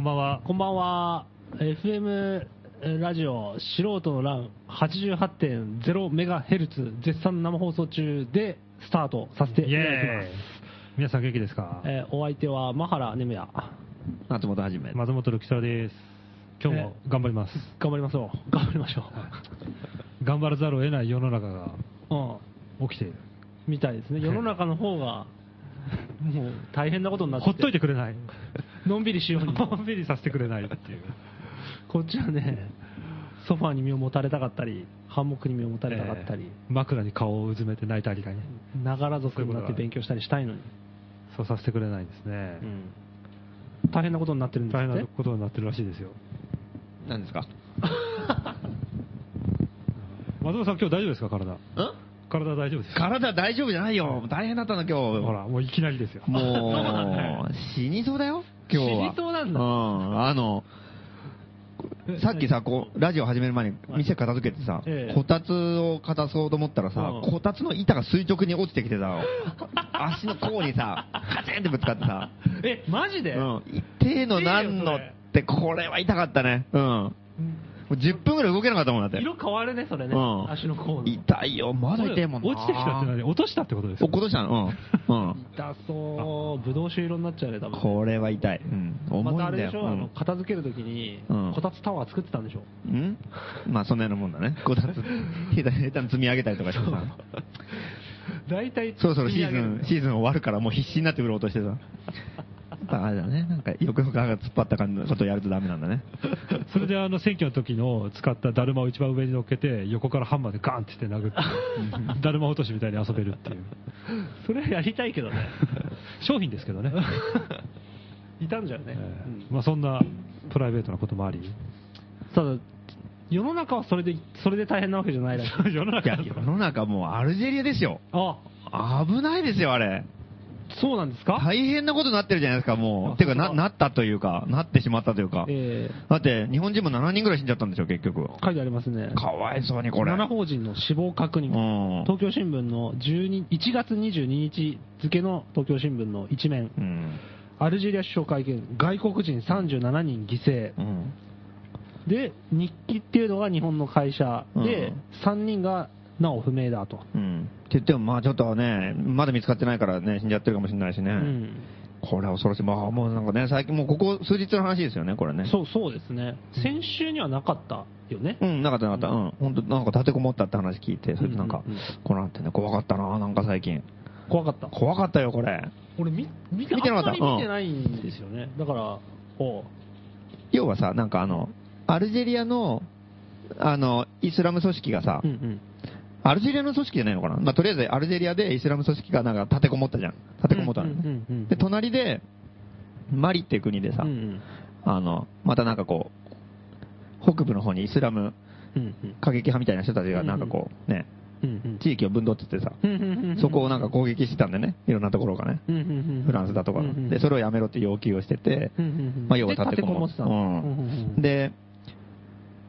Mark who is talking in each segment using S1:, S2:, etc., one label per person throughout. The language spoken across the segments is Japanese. S1: んばんは。
S2: こんばんは。FM ラジオ素人のラン88.0メガヘルツ絶賛生放送中でスタートさせてい
S1: イ
S2: た
S1: エー
S2: だ
S1: イ
S2: きます。
S1: 皆さん元気ですか、
S2: えーお相手はマハラネムヤ。
S3: 松本はじめ。
S1: 松本六太郎です。今日も頑張ります。
S2: 頑張りましょう。頑張りましょ
S1: 頑張らざるを得ない世の中が
S2: う。うん。
S1: 起きている。
S2: みたいですね。世の中の方 が、もう大変なことになって
S1: ほっといてくれない。
S2: のんびりしように。
S1: のんびりさせてくれないっていう。
S2: こっちはね、ソファーに身をもたれたかったり、ハンモックに身をもたれたかったり、
S1: えー枕に顔をうずめて泣いたりがね、
S2: ながら族になって勉強したりしたいのに。
S1: そうさせてくれないんですね。
S2: うん大変なことになってるんです
S1: 大
S2: っ
S1: 変
S2: て
S1: なことになってるらしいですよ。
S3: 何ですかん
S1: 松本さん、今日大丈夫ですか、体。体大丈夫ですか
S3: 体大丈夫じゃないよ。大変だったな、今日。
S1: ほ。ら、もういきなりですよ。
S3: もう、死にそうだよ、今日は。
S2: 死にそうなんだ
S3: うん。あの、さっきさ、こう、ラジオ始める前に店片付けてさ、
S2: ええ
S3: こたつを片そうと思ったらさ、
S2: うん
S3: こたつの板が垂直に落ちてきてさ、足の甲にさ、カチンってぶつかってさ、
S2: え、マジ
S3: う
S2: で、
S3: ん。痛えのなんのって、これは痛かったね。うん。もう10分ぐらい動けなかったもんだって。
S2: 色変わるね、それね。
S3: うん
S2: 足の甲の。
S3: 痛いよ、まだ痛いもんな
S1: 落ちてきたって何落としたってことです
S3: お
S1: よ
S3: 落としたのうん。うん。
S2: 痛そう。ぶどう酒色になっちゃうね、多分。
S3: これは痛い。うん。重いん
S2: またあ
S3: だ
S2: れで
S3: よ
S2: し。ょ、あの片付けるときに、
S3: うん
S2: こたつタワー作ってたんでしょ。
S3: うん。んまあ、そんなようなもんだ ね。こたつ、下手に積み上げたりとかしてさ。
S2: 大体、
S3: そろそろシーズン、
S2: ン。
S3: シーズン終わるからもう必死になってくる音してさ。やっぱあれだね。なんか、よくよくあが突っ張った感じのことをやるとダメなんだ ね。
S1: それであの選挙の時の使っただるまを一番上に乗っけて横からハンマーでガンってして殴 ってだるま落としみたいに遊べるっていう
S2: それやりたいけど ね。
S1: 商品ですけど ね、
S2: いたんじゃね、
S1: えー
S2: うん
S1: まあ、そんなプライベートなこともあり
S2: ただ、世の中はそれで、それで大変なわけじゃ ないらしい。
S1: 世の
S3: い
S1: 中
S3: や、世の中もうアルジェリアですよ。
S2: あ、
S3: 危ないですよ、あれ。
S2: そうなんですか
S3: 大変なことになってるじゃないですか、もう。てかな、なったというか、なってしまったというか。
S2: え
S3: だって、日本人も7人ぐらい死んじゃったんでしょ、結局。
S2: ー書いてありますね。
S3: かわいそうに、これ。
S2: 7法人の死亡確認。
S3: うん。
S2: 東京新聞の12 1月22日付の東京新聞の一面、
S3: うん。
S2: アルジェリア首相会見、外国人37人犠牲、
S3: うん。
S2: で、日記っていうのが日本の会社
S3: う
S2: で
S3: ん、
S2: 3人がなお不明だと。
S3: うん。って言っても、まあちょっとね、まだ見つかってないからね、死んじゃってるかもしれないしね。
S2: うん
S3: これは恐ろしい。まあもうなんかね、最近もうここ数日の話ですよね、これね。
S2: そうそうですね、先週にはなかったよね、
S3: うん、なかったなかった。うん。本当なんか立てこもったって話聞いて、それでなんか
S2: うんうんうん、
S3: こうなってね、怖かったな、なんか最近。
S2: 怖かった、
S3: 怖かったよ、これ。
S2: 俺見、見て
S3: 見てなかった
S2: あんまり見てないんですよね、だから、おう
S3: 要はさ、なんかあの、アルジェリアの、あの、イスラム組織がさ、
S2: うんうん、
S3: アルジェリアの組織じゃないのかな、まあ、とりあえずアルジェリアでイスラム組織がなんか立てこもったじゃん、立てこもったのね、
S2: うんうんうんうん
S3: で隣でマリっていう国でさ、
S2: うんうん
S3: あのまたなんかこう、北部の方にイスラム
S2: うんうん
S3: 過激派みたいな人たちがなんかこう、ね、
S2: うんうん
S3: 地域を分取っててさ、
S2: うんうんうんうん
S3: そこをなんか攻撃してたんでね、いろんなところがね、
S2: うんうんうん
S3: フランスだとか、
S2: うんうん
S3: でそれをやめろって要求をしてて、
S2: うんうんうん
S3: まあ、要は立てこも
S2: で立てこもってたのうんうんうん
S3: で、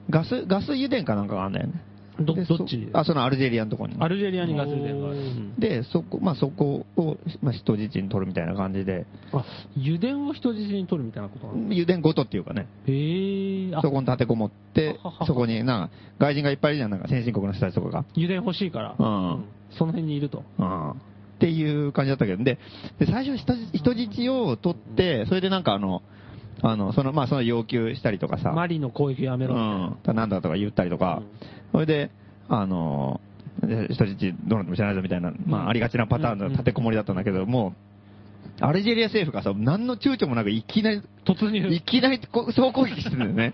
S3: ガス、ガス油田かなんかがあるんだよね。
S2: ど
S3: でそ
S2: どっち
S3: あ、そのアルジェリアのところに。
S2: アルジェリアにガス油田がある
S1: おー
S2: うん
S3: で、そこ、まあ、そこを、まあ、人質に取るみたいな感じで、
S2: あ油田を人質に取るみたいなことなの
S3: 油田ごとっていうかね、
S2: へーあ
S3: そこに立てこもって
S2: ははは、
S3: そこにな、外人がいっぱいいるじゃん、なんか先進国の人たちとかが。
S2: 油田欲しいから、
S3: うん
S2: うんその辺にいると、
S3: うん。っていう感じだったけど、で、で最初人質、人質を取って、それでなんかあの、あの、その、まあ、その要求したりとかさ、
S2: マリの攻撃やめろみたいな、
S3: うん、なんだとか言ったりとか、それで、あのー人質どうなっても知らないぞみたいな、まあ、ありがちなパターンの立てこもりだったんだけども、アルジェリア政府がさ、何の躊躇もなくいきなり、
S2: 突入
S3: い、きなりこ総攻撃してるんだよね。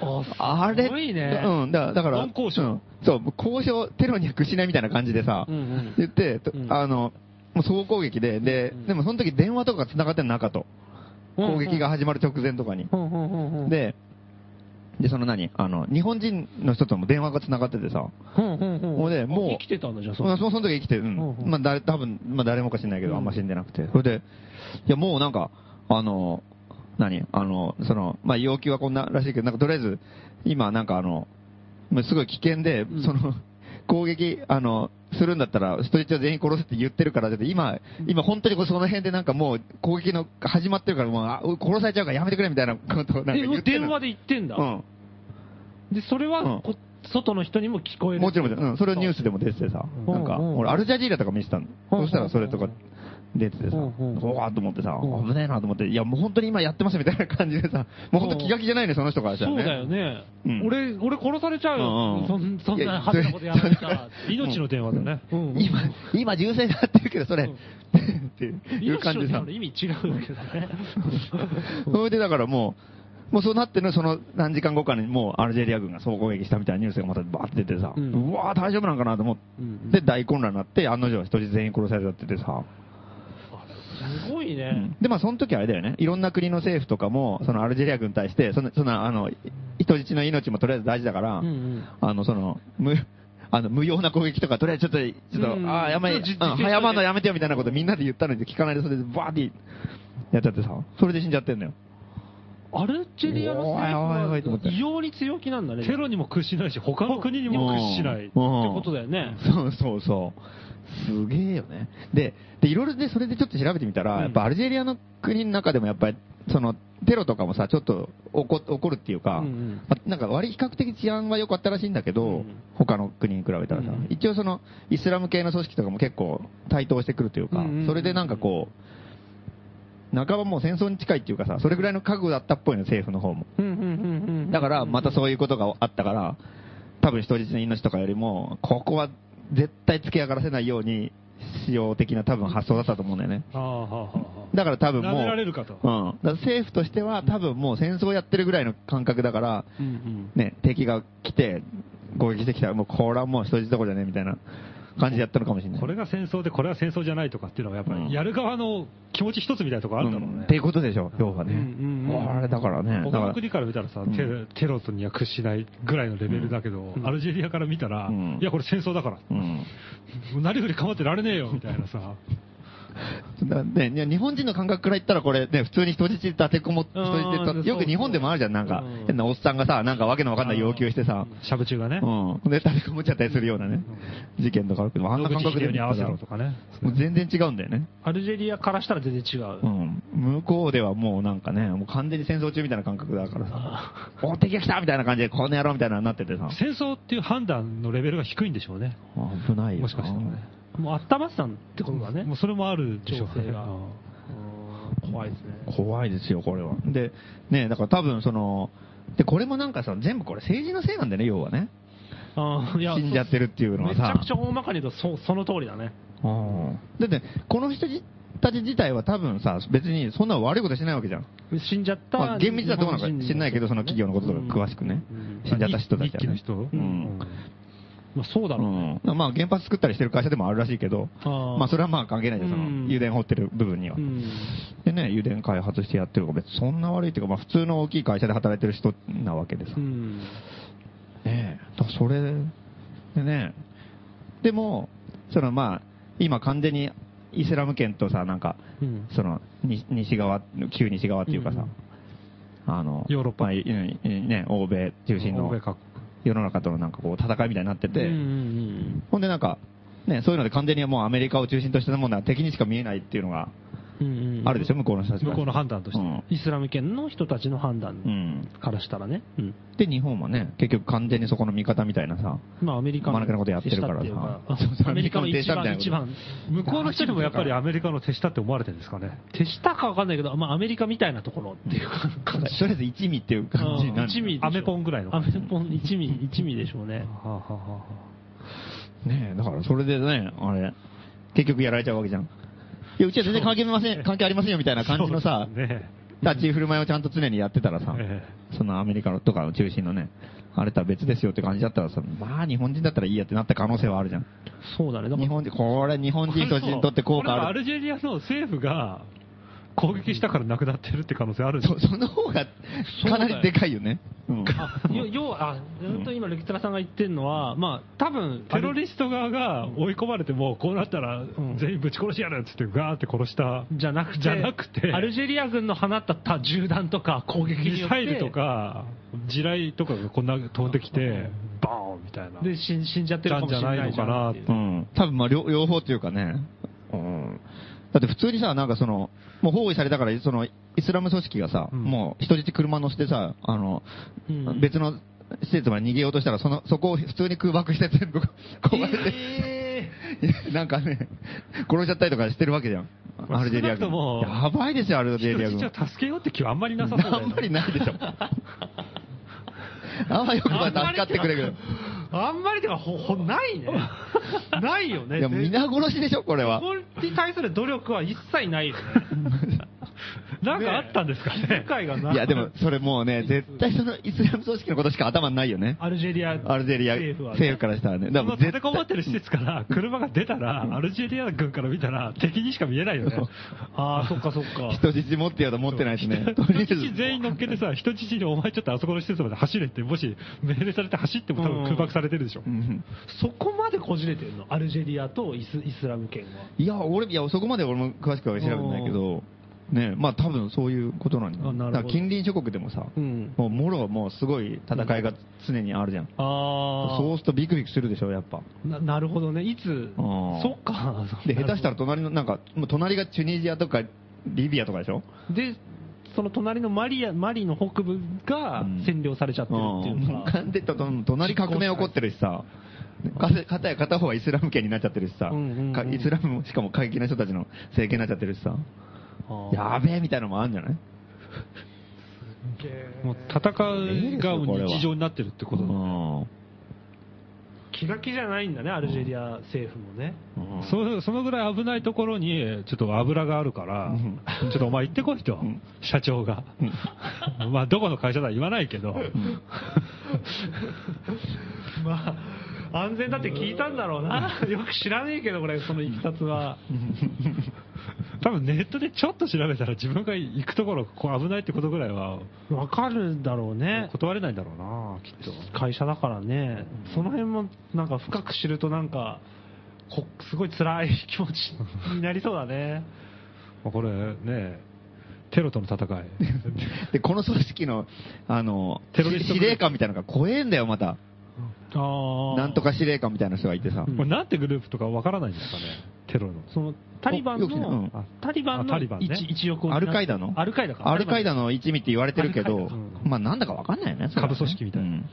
S3: あ
S2: あ
S3: れ
S2: すごいね、
S3: うん、だだから、
S1: 論交渉
S3: うんそう、交渉、テロには屈しないみたいな感じでさ、
S2: うんうん
S3: 言って、と
S2: うん
S3: あの、もう総攻撃で、で、でもその時電話とか繋がってんの中と。攻撃が始まる直前とかに。
S2: うんうんうんうん、
S3: で、で、その何あの、日本人の人とも電話が繋がっててさ、
S2: うんうんうん、
S3: もうねもう
S2: あ生きてたんだじゃあ
S3: そ
S2: の
S3: その時生きて、うん
S2: うんうん
S3: まあ、誰、多分、まあ、誰もか知んないけど、
S2: うん
S3: あんま死んでなくて。それで、いや、もうなんか、あの、何あの、その、まあ、要求はこんならしいけど、なんかとりあえず、今、なんかあの、もうすごい危険で、
S2: うん
S3: その、攻撃、あの、するんだったら、ストリッチは全員殺せって言ってるから、だって今、今本当にこうその辺でなんかもう攻撃の始まってるから、もうあ殺されちゃうからやめてくれみたいなことをなんか
S2: え、も
S3: 言
S2: う
S3: ってる
S2: 電話で言ってんだ。で、それ
S3: うん
S2: は、こ外の人にも聞こえ
S3: うん。
S2: る。
S3: もちろんもちろん、うん、それをニュースでも出ててさ、
S2: うん
S3: なんか、
S2: うん
S3: 俺アルジャジーラとか見てたの。
S2: うん
S3: そしたらそれとか出ててさ、
S2: う
S3: わ
S2: んうん
S3: ーっと思ってさ、
S2: うん
S3: 危ねえなと思って、いやもう本当に今やってますみたいな感じでさ、もう本当気が気じゃないね、その人からしたら
S2: そう
S3: ね。
S2: だよね。
S3: うん
S2: 俺、俺殺されちゃうよ。
S3: う
S2: そ
S3: んうん
S2: んそんな派手なことやられたら。
S1: 命の電話だね。
S2: うんうん
S3: 今、今銃声鳴ってるけど、それ、
S2: うん
S3: っていう感じでさ
S2: 命の。意味違うけど ね。
S3: それでだからもう、もうそうなってるその何時間後かにもうアルジェリア軍が総攻撃したみたいなニュースがまたバーって出てさ、う
S2: うん
S3: わー大丈夫なんかなと思って、
S2: うん
S3: で大混乱になって、案の定人質全員殺されちゃっててさ、
S2: すごいね。
S3: でまあその時あれだよね、いろんな国の政府とかも、そのアルジェリア軍に対して、そのそのあの人質の命もとりあえず大事だから、
S2: うんうん
S3: あのその無あの無用な攻撃とか、とりあえずちょっと、ちょっと、
S2: うん
S3: ああ、やめ、う
S2: ちょっ
S3: ん
S2: とじじ
S3: 早まるのやめてよみたいなことみんなで言ったのに聞かないで、それでバーってやっちゃってさ、それで死んじゃってんのよ。
S2: アルジェリアの政府
S3: おいおいおいと思
S2: は
S3: って
S2: 異様に強気なんだね。
S1: テロにも屈しないし、他の国にも屈しない。
S3: って
S2: ってことだよね
S3: そうそうそう。すげえよね。で、で、いろいろで、それでちょっと調べてみたら、
S2: うん
S3: やっぱアルジェリアの国の中でもやっぱり、その、テロとかもさ、ちょっと起こ起こるっていうか、
S2: うんうん
S3: まあなんか割、比較的治安は良かったらしいんだけど、
S2: うん
S3: 他の国に比べたらさ、
S2: うん
S3: 一応その、イスラム系の組織とかも結構台頭してくるというか、
S2: うんうん
S3: それでなんかこう、半ばもう戦争に近いっていうかさ、それぐらいの覚悟だったっぽいの、政府の方も。
S2: うんうんうんうん
S3: だから、またそういうことがあったから、多分人質の命とかよりも、ここは絶対突き上がらせないように、使用的な多分発想だったと思うんだよね。
S1: ああ、はあ、は
S3: だから多分もう、
S1: 舐められるかと
S3: うん。だから政府としては多分もう戦争やってるぐらいの感覚だから、
S2: うんうん
S3: ね、敵が来て、攻撃してきたら、もうこれはもう人質どころじゃねえみたいな感じでやったのかもしれ
S1: あ
S3: ない。
S1: これが戦争で、これは戦争じゃないとかっていうのは、やっぱ
S3: うん
S1: り、やる側の気持ち一つみたいなところあるんだろう
S3: うん
S1: ね。
S3: っていうことでしょ、要はね。
S2: うんうんうん
S3: あれだからね。だ
S1: 他
S3: か
S1: の
S3: ら
S1: 国から見たらさ、
S3: ん
S1: テロテロとには屈しないぐらいのレベルだけど、
S2: ん
S1: アルジェリアから見たら、
S3: うん
S1: いや、これ戦争だから、
S3: うん。
S1: 何振り構ってられねえよみたいなさ、
S3: だね、ね日本人の感覚から言ったら、これね、普通に人質立てこも、人質
S2: うん
S3: とよく日本でもあるじゃん、なんか
S2: うん、
S3: 変なおっさんがさ、なんかわけのわかんない要求してさ、
S1: しゃぶ中がね、
S3: うん。で、立てこもっちゃったりするようなね、事件とかあるけど、あんな
S1: 野
S3: 感
S1: 口
S3: 覚
S1: 英
S3: で
S1: 世に合わせろとかね、
S3: もう全然違うんだよね。
S2: アルジェリアからしたら全然違う
S3: う。ん。向こうではもうなんかね、もう完全に戦争中みたいな感覚だからさ、お敵が来たみたいな感じで、この野郎みたいなのになっててさ、
S1: 戦争っていう判断のレベルが低いんでしょうね、
S3: 危ないよな。
S1: もしかしたらね。
S2: もう温まってたってことだね
S1: もう。それもあるでしょう
S2: 情
S1: ね
S2: 勢が
S1: うん
S2: うん怖いですね。
S3: 怖いですよ、これは。で、ね、だから多分その、で、これもなんかさ、全部これ政治のせいなんだよね、要はね。
S2: あーい や
S3: 死んじゃってるっていうのはさ
S2: めちゃくちゃ大まかに言うと、そその通りだね。
S3: だって、この人たち自体は多分さ、別にそんな悪いことしてないわけじゃん。
S2: 死んじゃった、
S3: まあ、厳密だとどうなのか知んないけど、その企業のこととか詳しくね、
S2: うん
S3: 死んじゃった人たちは、ね。
S1: 日記の人
S3: うん。
S2: まあ、そうだろうね。
S3: うんまあ、原発作ったりしてる会社でもあるらしいけど、
S2: あー
S3: まあ、それはまあ関係ないじゃん、その、
S2: うん
S3: 油田掘ってる部分には。
S2: うん
S3: でね、油田開発してやってるから、別にそんな悪いっていうか、まあ、普通の大きい会社で働いてる人なわけでさ。
S2: うん
S3: ねえ、だからそれでね、でも、そのまあ、今完全にイスラム圏とさ、なんか、
S2: うん
S3: そのに西側、旧西側っていうかさ、あの
S1: ヨーロッパ
S3: まあいいいね、欧米中心
S1: 欧
S3: の
S1: 米各
S3: 世の中とのなんかこう戦いみたいになってて、
S2: うんうん
S3: ほんでなんか、ね、そういうので完全にもうアメリカを中心としたものは敵にしか見えないっていうのが
S2: うんうん
S3: あるでしょ、向こうの人たち
S1: 国向こうの判断として、
S3: うん
S2: イスラム圏の人たちの判
S3: う
S2: 断
S3: ん、
S2: からしたらね。うん
S3: で、日本はね、結局完全にそこの味方みたいなさ、
S2: まあ、アメリカ
S3: 真ん中のことやってるからさ
S2: 手 下って
S3: そう
S2: いう
S3: そう
S2: かアメリカの
S3: アメリ
S2: 一
S3: カの手下
S2: 番、
S3: みたい
S2: 一
S3: なこ
S2: 番。
S1: 向こうの人にもやっぱりアメリカの手下って思われてるんですかね、
S2: 手下かわかんないけど、まあ、アメリカみたいなところっていうか
S3: とりあえず一味っていう感じになる。
S2: 一味でしょ
S1: アメポンぐらいの
S2: アメポン一味、一味でしょうね。
S1: はあはあはあはあ
S3: ねえ、だからそれでね、あれ、結局やられちゃうわけじゃん。いや、うちは全然関係ま せん、関係ありませんよみたいな感じのさ、
S1: そうですね
S3: 立ち居振る舞いをちゃんと常にやってたらさ、
S1: え
S3: そのアメリカのとかの中心のね、あれとは別ですよって感じだったらさ、まあ日本人だったらいいやってなった可能性はあるじゃん。
S2: そうだね。だか
S3: 日
S2: ら
S3: 本人、これ日本人としてにとって効
S1: これ
S3: 果
S1: は
S3: あ
S1: ア
S3: る。
S1: ルジェリアの政府が攻撃したからなくなってるって可能性あるんです
S3: そそ の方が
S2: そうだよ
S3: かなりでかいよね。うん
S2: あよ要は、あ本当に今、レキトラさんが言ってるのは、まあ、多分
S1: テロリスト側が追い込まれても、こうなったら
S2: ん
S1: 全員ぶち殺しやるっつって、ガーって殺した、
S2: じゃなくて、
S1: じゃなくて
S2: アルジェリア軍の放った他銃弾とか攻撃に
S1: ミ
S2: よって、
S1: サイルとか、地雷とかがこんな飛んできて、バーンみたいな。
S2: で、死ん死んじゃってるかもしれないじゃんっていう
S3: う。ん。多分まあ両両方っていうかね。うん。だって普通にさ、なんかその、もう包囲されたから、その、イスラム組織がさ、
S1: うん
S3: もう人質車乗せてさ、あの、
S2: うん
S3: 別の施設まで逃げようとしたら、その、そこを普通に空爆して全部壊れて、
S2: え
S3: なんかね、殺しちゃったりとかしてるわけじゃん。
S1: まあ
S3: アルジェリア
S1: 少なくとも
S3: 軍。やばいですよ、アルジェリア
S1: 人
S3: 軍。
S1: 質を助けようって気はあんまりなさそうだ
S3: あ
S1: よ
S3: ん
S1: ね
S3: まりないでしょ。あんまよくは 助かってくれる
S2: ーあんまりてか、ほ、ほ、ないね。 ないよ
S3: けど。
S2: ね。
S3: いや、
S2: 全然
S3: 皆殺しでしょ、これは
S2: そ。こに対する努力は一切ないよね。
S1: なんかあったんですかね
S2: 理。解がない。
S3: いや、でも、それもうね、絶対そのイスラム組織のことしか頭にないよね。
S2: アルジェリア、
S3: アルジェリア
S2: 政府はね
S3: 政府からしたらね。だ
S1: そ
S3: から
S1: の
S3: 絶
S1: 立てこもってる施設から車が出たら、アルジェリア軍から見たら敵にしか見えないよね。
S2: ああ、そっかそっ か。
S3: 人質持ってようと持ってないし ね。とりあえ
S1: 人
S3: ず
S1: 質全員乗っけてさ、人質にお前ちょっとあそこの施設まで走れって、もし命令されて走っても多分空爆されてるでしょ
S3: う。ん
S2: そこまでこじれてるのアルジェリアとイスイスラム圏は。
S3: いや、俺、いや、そこまで俺も詳しくは調べてないけど、ね、まあ多分そういうことなんだ。
S2: あなるほど
S3: だから近隣諸国でもさ、
S2: ん。
S3: もう、もろはもうすごい戦いが常にあるじゃん。
S2: ああ。
S3: そうするとビクビクするでしょ、やっぱ。
S2: ななるほどね、いつ、
S3: あー
S2: そっか、
S3: で、下手したら
S2: と
S3: 隣の、なんか、もう隣がチュニジアとかリビアとかでしょ
S2: で、その隣のマリアマリの北部が
S3: うん
S2: 占領されちゃってるっていう
S3: も
S2: の
S3: う
S2: が、
S3: 完全に隣革命起こってるしさ、かつ片や片方はイスラム圏になっちゃってるしさ、
S2: うんうんうん
S3: かイスラムもしかも過激な人たちの政権になっちゃってるしさ、
S2: あー
S3: やべえみたいなのもあるんじゃない
S1: もう戦いがもう日常になってるってことだね
S2: 気が気じゃないんだね、アルジェリア政府もね。
S3: うん
S1: そそのぐらい危ないところに、ちょっと油があるから
S3: うん、
S1: ちょっとお前行ってこいと
S3: うん、
S1: 社長が。 まあ、どこの会社だは言わないけど、
S2: まあ、安全だって聞いたんだろう な、よく知らねえけど、これ、そのいきさつは。
S1: 多分ネットでちょっと調べたら自分が行くところ、ここ危ないってことぐらいは、
S2: わかるんだろうね、
S1: 断れないんだろうな、きっと。
S2: 会社だからね、その辺もなんか深く知ると、なんか、こすごい辛い気持ちになりそうだね。
S1: まあこれね、テロとの戦い。
S3: で、この組織の、あの、
S1: テロリスト
S3: 司令官みたいなのが怖えんだよ、また。
S2: あ
S3: なんとか司令官みたいな人がいてさ。
S1: これなんてグループとかわからないんですかね、テロの。
S2: そのタリバンの、
S3: およくねうん
S2: あタリバン
S1: あ
S2: の
S1: タリバン
S2: 一
S1: ね
S2: 一翼を担
S3: アルカイダの
S2: アルカイダか
S3: アルカイダの一味って言われてるけ
S2: アル
S3: ど
S2: カイ、
S3: まあなんだかわかんないよね、それはね
S1: 下部組織みたいな
S3: うん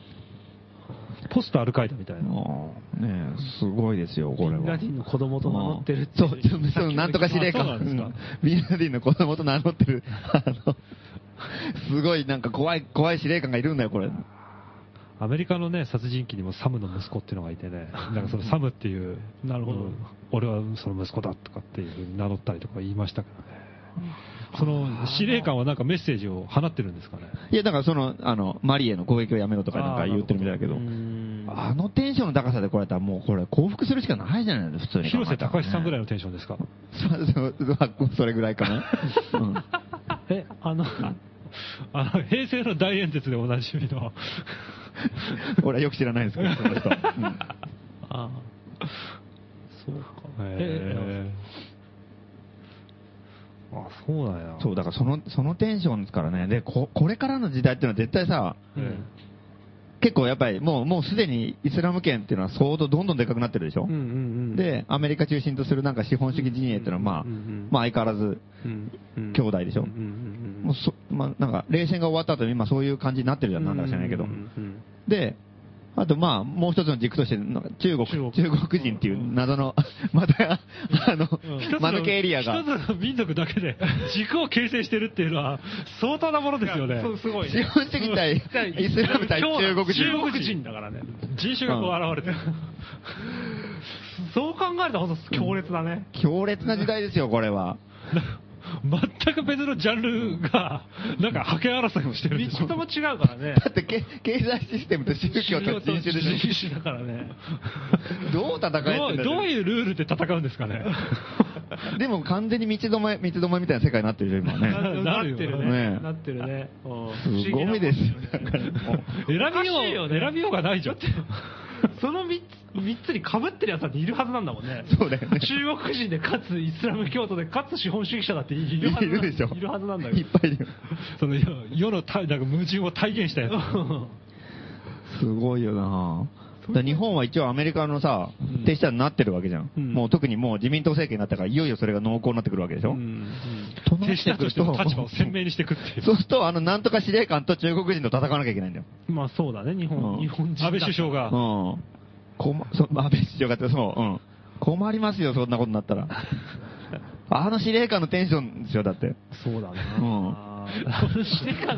S1: ポストアルカイダみたいな。
S3: あーねえすごいですよ、これ
S2: ビンラ
S3: は
S2: デ。ィンの子供と名乗ってるって
S3: そ、
S2: いう
S3: ちょっとそのなんとか司令
S1: あ
S3: 官、
S1: そうなんですか
S3: うんビンラディンの子供と名乗 ってる、あの、すごいなんか怖い、怖い司令官がいるんだよ、これ。
S1: アメリカのね、殺人鬼にもサムの息子っていうのがいてね、なんかそのサムっていう、
S2: なるほど
S1: うん俺はその息子だとかっていうふうに名乗ったりとか言いましたけどね。その司令官はなんかメッセージを放ってるんですかね。
S3: いや、だからその、あの、マリへの攻撃をやめろとかなんか言ってるみたいだけど
S2: う、ん
S3: あのテンションの高さでこれやったらもうこれ降伏するしかないじゃないの、普通に 考
S1: 広
S3: え
S1: 瀬
S3: たらね。
S1: 隆さんぐらいのテンションですか。
S3: そうそうそれぐらいかな。うん
S2: えあの
S1: あの、平成の大演説でおなじみの。
S3: 俺はよく知らないですけ ど、その人。うん
S2: あそうか
S1: へーあ、そうなんや。
S3: そう、だからその、そのテンションですからね。で、こ、これからの時代っていうのは絶対さ、
S1: うん
S3: 結構やっぱりもう、もうすでにイスラム圏っていうのは相当どんどんでかくなってるでしょ
S2: うんうんうん
S3: で、アメリカ中心とするなんか資本主義陣営っていうのはまあ、
S2: うんうんうん
S3: まあ相変わらず、
S2: うんうん
S3: 兄弟でしょ
S2: うんうんうん
S3: もうそ、まあなんか冷戦が終わった後に今そういう感じになってるじゃん、なんだか知らないけど
S2: うん。うん
S3: で、あとまあ、もう一つの軸として、なんか中国、
S2: 中国
S3: 中国人っていう謎の、 また、あの
S1: 一つ、の
S3: 間抜けエリアが。
S1: 一つの民族だけで軸を形成してるっていうのは相当なものですよ
S2: い
S1: ね
S2: や。そうすごい
S3: 資
S2: ね
S3: 本主義対 イスラム対中国人。
S2: 中国人だからね
S1: 人種がこう現れてる。
S2: そう考えると本当強烈だね
S3: 強烈な時代ですよ、これは。
S1: 全く別のジャンルが、なんか覇権争いをしてるん
S2: 三
S1: ですよ
S2: つとも違うからね
S3: だってけ、経済システムと宗教と人種でし
S2: 人種だからね
S3: ょ。どう戦えって
S1: ど
S3: ん
S1: う
S3: だ
S1: どう
S3: よ
S1: いうルールで戦うんですかね。
S3: でも完全に道止め、道止めみたいな世界になってるでしょ、今ね。
S2: なってるね
S3: ね
S2: なってるねうん
S3: すごいですよ、だからもう。
S1: 選びよ
S2: おかしいよ
S1: う、
S2: ね
S1: 選びようがないじゃん。
S2: その三つ三つにかぶってるやつだっているはずなんだもんね
S3: そうだよね
S2: 中国人でかつイスラム教徒でかつ資本主義者だっているはず
S3: いるでしょ。
S2: いるはずなんだけ
S3: いっ
S2: ど
S3: ぱいいる。
S1: その世世のたなんか矛盾を体現したやつ。
S3: すごいよなだから日本は一応アメリカのさ、手下になってるわけじゃん。
S2: うん
S3: もう特にもう自民党政権になったから、いよいよそれが濃厚になってくるわけでしょ、とな
S1: 手
S3: って
S1: 下
S3: く
S1: と
S3: る
S1: しての立場を
S3: そ
S1: 鮮明にしてくっていう
S3: うすると、あの、なんとか司令官と中国人と戦わなきゃいけないんだよ。
S2: まあそうだね、日
S3: う
S2: 本、
S3: ん
S2: 日本人だ。
S1: 安倍首相
S3: う
S1: が、
S3: ん。こま、 そ安倍首相がって、そう、うん。困りますよ、そんなことにな ったら。あの司令官のテンションですよ、だって。
S2: そうだね。
S3: うん
S2: あ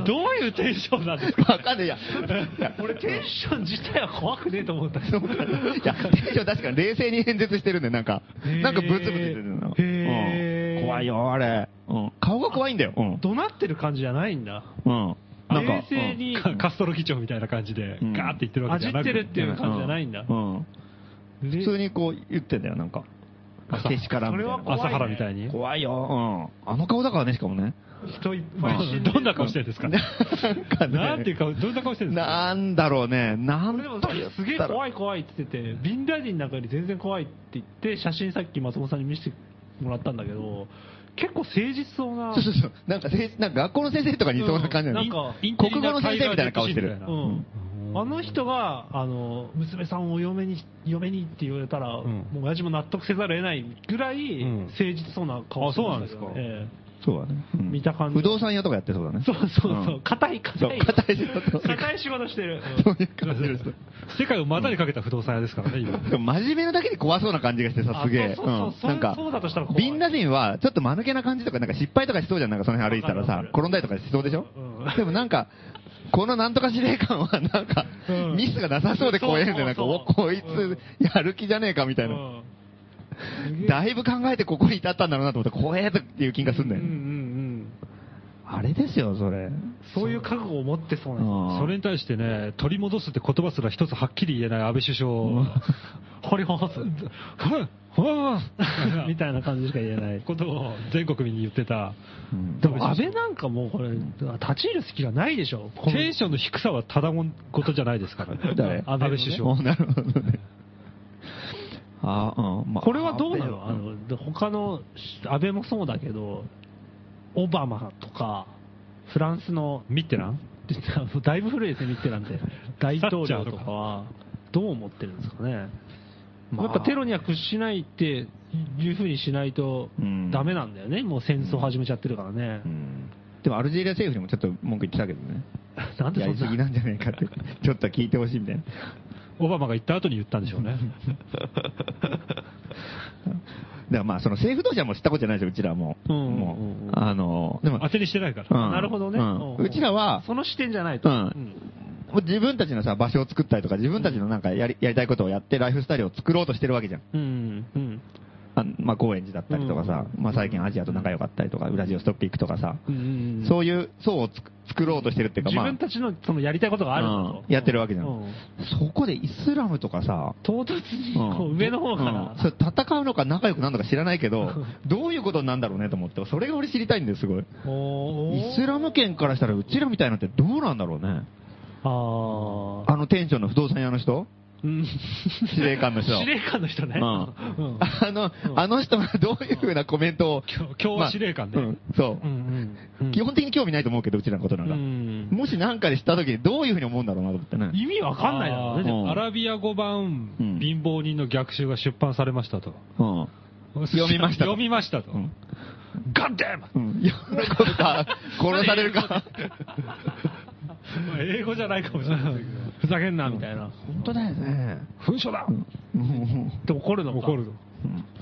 S1: どういうテンションなんです か
S3: わかんない、いや。 いや
S2: ー俺、テンション自体は怖くねえと思ったけ
S3: そ
S2: ど
S3: うかいや、テンション確かに冷静に演説してるんで、なんか
S2: へー。
S3: なんかブツブツ言ってるの。
S2: へー
S3: うん怖いよ、あれ。うん。顔が怖いんだよ。うん。
S2: 怒鳴ってる感じじゃないんだ。
S3: うん。なんか
S2: 冷静に
S1: カカストロ議長みたいな感じで、
S3: うん
S1: ガーって言ってるわけじゃなく
S2: あじってるっていう感じじゃないんだ
S3: うんうん
S2: 普
S3: 普通にこう言ってんだよ、なんか。
S1: 朝
S3: けしからんみたいな
S2: それは怖いね
S1: 朝原みたいに。
S3: 怖いよ。うん。あの顔だからね、しかもね。
S2: 人いっぱい死んでる
S1: どんな顔してるんです か
S3: なんかね
S1: なんていう顔、どんな顔してるんですか
S3: なんだろうね。な
S2: 俺
S3: ん
S2: でも
S3: と言
S2: すげえ
S3: ったら
S2: 怖い怖いって言ってて、ビンラディンなんかより全然怖いって言って、写真さっき松本さんに見せてもらったんだけど、結構誠実そうな
S3: そう、そうそう。なんかせい、なんか学校の先生とかにいそうな感じなの
S2: うんなんか
S1: インテリ
S3: 国語の先生みたいな顔して
S1: タ
S3: る
S1: イガージェットシンみたい。な
S2: うん
S1: うん
S2: あの人があの娘さんを嫁に嫁にって言われたら、
S1: ん
S2: もう親父も納得せざるを得ないぐらい
S1: うん
S2: 誠実そうな顔してるだけど
S1: あそうなんですか
S2: え
S3: そうだね。うん
S2: 見た感じ
S3: 不動産屋とかやってそうだね、
S2: え。そうそうそううん硬い硬い
S3: そう硬い仕事
S2: 硬い仕事してる、うん
S3: そういう感じです。
S1: 世界を股にかけた不動産屋ですからね、今。
S3: でも真面目なだけで怖そうな感じがしてさ、すげえ。
S2: あそうそうそう
S3: うんなんか
S2: それそうだとしたら、怖い
S3: ビンラディンは、ちょっと間抜けな感じとか、なんか失敗とかしそうじゃん、なんかその辺歩いてたら
S2: わか
S3: さ
S2: るわ、かる
S3: 転んだりとかしそうでしょ
S2: うん
S3: でもなんか、このなんとか司令官は、なんか
S2: うん、
S3: ミスがなさそうで怖えんで、なんか、
S2: そう
S3: お
S2: そう
S3: こいつ、やる気じゃねえか、みたいな。
S2: うん
S3: だいぶ考えてここに至ったんだろうなと思って、怖えっていう気がすんだ
S2: うん
S3: よ
S2: うんう。ん
S3: あれですよ、それ。
S2: そういう覚悟を持ってそうな人
S3: うん
S1: それに対してね、取り戻すって言葉すら一つはっきり言えない安倍首相、
S2: 掘り起こす
S1: ほらほら
S2: みたいな感じしか言えない
S1: ことを全国民に言ってた、
S3: うん
S2: でも安倍なんかもうこれ立ち入る隙がないでしょこの
S1: テンションの低さはただごとじゃないですからね、
S3: 誰
S1: 安倍首相
S3: お。なるほどね。あうんまあ
S2: これはどうなのあ
S3: 安倍
S2: ので他のし安倍もそうだけど、オバマとか、フランスの、
S1: ミッテラン
S2: だいぶ古いですね、ミッテランって、大統領
S1: サッチャー
S2: と
S1: と
S2: か
S1: か
S2: は、どう思ってるんですかね、
S3: まあ
S2: やっぱテロには屈しないっていうふうにしないと
S3: うん
S2: ダメなんだよね、もう戦争始めちゃってるからね
S3: う、んでもアルジェリア政府にもちょっと文句言ってたけどね。
S2: なんで
S3: や
S2: そん
S3: りす
S2: な
S3: ぎなんじゃないか って。ちょっと聞いてほしいみたいな。
S1: オバマが言った後に言ったんでしょうね。
S3: だからまあ、その政府同士はもう知ったことじゃないですよ、うちらはもう。
S2: うんうんうん
S3: も
S2: うん
S3: う、あの、でも、
S1: 当てにしてないか
S3: う
S1: ら。
S3: ん
S2: なるほどね、
S3: うん
S2: ん
S3: うちらは
S2: その視点じゃないと、
S3: うんもう自分たちのさ、場所を作ったりとか、自分たちのなんかやりやりたいことをやって、ライフスタイルを作ろうとしてるわけじゃん。
S2: うんうん
S3: あまあ、高円寺だったりとかさ、まあ、最近アジアと仲良かったりとか、ウラジオストック行くとかさ、
S2: うんうん
S3: そういう層をつく作ろうとしてるっていうか、
S2: 自
S3: まあ
S2: 分、たちのそのやりたいことがあるんだと、
S3: うんやってるわけじゃん
S2: う
S3: そこでイスラムとかさ、
S2: 唐突にこう上の方か
S3: う
S2: ら
S3: ん、それ戦うのか仲良くなるのか知らないけど、どういうことになるんだろうねと思って、それが俺知りたいんです、すごい。
S2: おー
S3: イスラム圏からしたら、うちらみたいなってどうなんだろうね。
S2: ああ
S3: あの店長の不動産屋の人司令官の人。
S2: 司令官の人ね、
S3: うん
S2: うん
S3: あの、あの人がどういうふうなコメントを。
S1: 今日今日は司令官で
S3: まあうんそう
S2: う。んうん
S3: 基本的に興味ないと思うけど、うちらのことなんか。
S2: うん
S3: もし何かでした時にどういうふうに思うんだろうなと思ってね。
S2: 意味わかんないだろう
S1: あー
S2: ね、でも
S3: うん
S1: アラビア語版、
S3: うん
S1: 貧乏人の逆襲が出版されましたと。
S3: うん。 読みましたと
S1: 読みましたと。
S3: うん
S1: ガンデーム
S3: うん。喜ぶか、殺されるか。
S1: 英語じゃないかもしれないけど。
S2: ふざけんなみたいな、
S3: 本当だよね。
S1: 紛争だ
S3: うん
S2: で怒るのか
S1: 怒るぞ。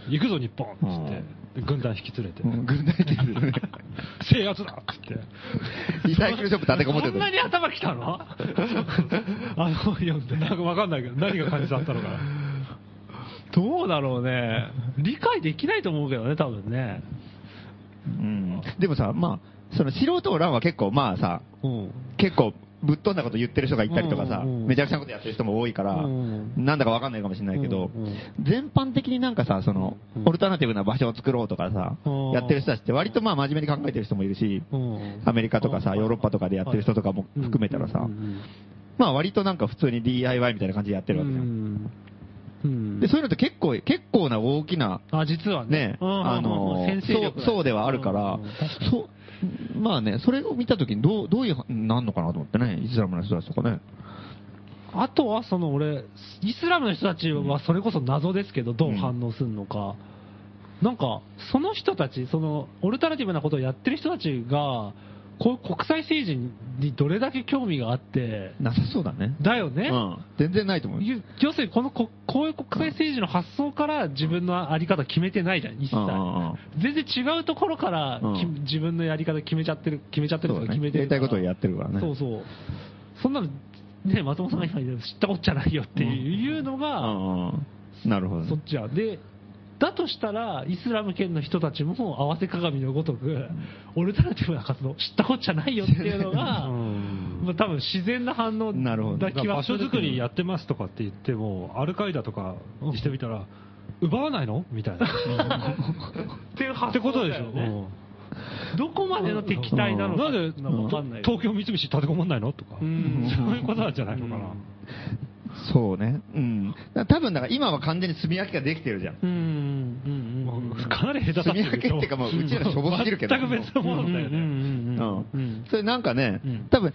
S1: 行くぞ日本っつっ
S3: う
S1: て、軍団引き連れて
S3: う、ん軍隊機ですね。
S1: 制圧だっつって。
S3: リサイクルショップ立てこもって
S2: そん
S3: る
S2: な。に頭きたの あの読んで
S1: なんかわかんないけど、何が感じだったのかな。
S2: どうだろうね理解できないと思うけどね多分ね
S3: うんでもさ、まあ、その素人ランは結構、まあさ、
S2: うん
S3: 結構ぶっ飛んだこと言ってる人がいたりとかさ、
S2: うんうん
S3: めちゃくちゃなことやってる人も多いから、
S2: うん
S3: なんだかわかんないかもしれないけど、
S2: うんうん
S3: 全般的になんかさ、その、
S2: うん
S3: オルタナティブな場所を作ろうとかさ、
S2: うん
S3: やってる人たちって割とまあ真面目に考えてる人もいるし、
S2: うん
S3: アメリカとかさ、ヨーロッパとかでやってる人とかも含めたらさ、まあ割となんか普通に DIY みたいな感じでやってるわけじゃん。
S2: うん
S3: で、そういうのって結構、結構な大きな、
S2: あ、実はね。
S3: ね、
S2: うんうんうん
S3: あの
S2: 先制
S3: そう
S2: 力
S3: そうではあるから
S2: うんうん、
S3: そう、まあね、それを見たときにどう、どういう、なんのかなと思ってね、イスラムの人たちとかね。
S2: あとはその俺、イスラムの人たちはそれこそ謎ですけど、どう反応するのか、なんか、その人たち、そのオルタナティブなことをやってる人たちが、こういう国際政治にどれだけ興味があって、
S3: なさそうだね。
S2: だよね、
S3: うん。全然ないと思う。
S2: ゆ要するにこのこ、こういう国際政治の発想から自分のあり方決めてないじゃん、一切。
S3: うんうんうん
S2: 全然違うところから、き
S3: うん
S2: 自分のやり方決めちゃってる、決めちゃってる
S3: そ
S2: と
S3: う
S2: か
S3: だ
S2: 決め
S3: ね。
S2: て
S3: や
S2: る
S3: りた
S2: から
S3: いことをやってるからね。
S2: そうそう。そんなの、ね、松本さんが今言ったように知ったこっちゃないよっていうの
S3: う
S2: が、
S3: んうんなるほどね。
S2: そっちや。で、だとしたら、イスラム圏の人たちも合わせ鏡のごとく、オルタナティブな活動、知ったこっちゃないよっていうのが、まあ多分自然な反応
S3: なるほど
S2: な気は
S1: 場
S2: する
S1: 所
S2: けど
S1: 作りやってますとかって言っても、アルカイダとかにしてみたら、奪わないのみたいな。
S2: っていう
S1: っ
S2: 発
S1: て
S2: 想
S1: こと
S2: だ
S1: でし
S2: よ
S1: ょ。
S2: ね
S1: うん
S2: どこまでの敵対なのか
S1: なんで
S2: のわかんないけど
S1: 東京三菱立てこもんないのとか、
S2: う
S1: そう
S2: ん
S1: いうことなんじゃないのかな。
S3: そうね。うん。だから多分だから今は完全に住み分けができてるじゃん。
S2: うんうんうんうん
S1: もうかなり隔た
S3: 住
S1: って
S3: み分
S1: るけ
S3: け
S1: ど
S3: っていうか、もううちらしょぼすぎるけど。
S1: 全く別のものだよ
S2: うん
S1: ね。
S2: うんうん
S3: う
S2: うんん。
S3: それなんかね
S2: うん、
S3: 多分、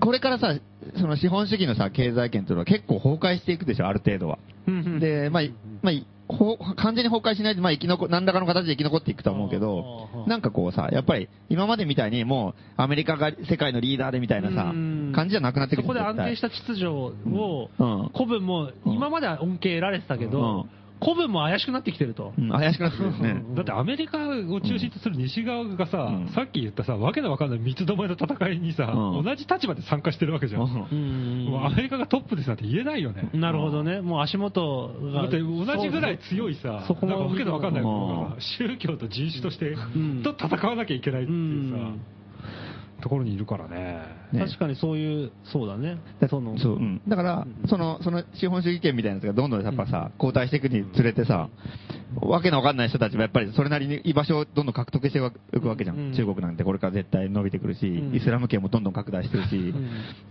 S3: これからさ、その資本主義のさ、経済圏というのは結構崩壊していくでしょ、ある程度は。
S2: うんうん
S3: で、まあ、いまあい、ほ完全に崩壊しないで、まあ、生き残、何らかの形で生き残っていくとは思うけど
S2: あーあ、ー
S3: なんかこうさ、やっぱり、今までみたいにもう、アメリカが世界のリーダーでみたいなさ
S2: うん、
S3: 感じじゃなくなってくる
S2: そこで安定した秩序を
S3: うんうん、
S2: 古文も、今までは恩恵得られてたけ
S3: うん
S2: ど、古文も怪しくなってきてると。
S3: うん、怪しくなってくるよ ね。
S1: だってアメリカを中心とする西側がさ、
S3: うん
S1: さっき言ったさ、わけのわかんない三つどもえの戦いにさ、
S3: うん
S1: 同じ立場で参加してるわけじゃん。
S3: うん
S1: もうアメリカがトップですなんて言えないよね。
S2: なるほどね。もう足元
S1: だ
S2: が。
S1: って同じぐらい強いさ、
S2: そうそこ
S1: なん
S2: も
S1: かわけのわかんないものが
S3: う
S1: さ宗教と人種として、
S2: ん
S1: と戦わなきゃいけないって
S2: う
S1: いうさ、
S2: ん
S1: ところにいるからね。
S3: ね
S2: 確かにそういう、そうだね。
S3: だ
S2: その
S3: そううんだから、その、その資本主義権みたいなやつがどんどんやっぱさ、後退していくにつれてさ、わけのわかんない人たちもやっぱりそれなりに居場所をどんどん獲得していくわけじゃん。
S2: うん
S3: 中国なんてこれから絶対伸びてくるし、
S2: うん
S3: イスラム圏もどんどん拡大してるし、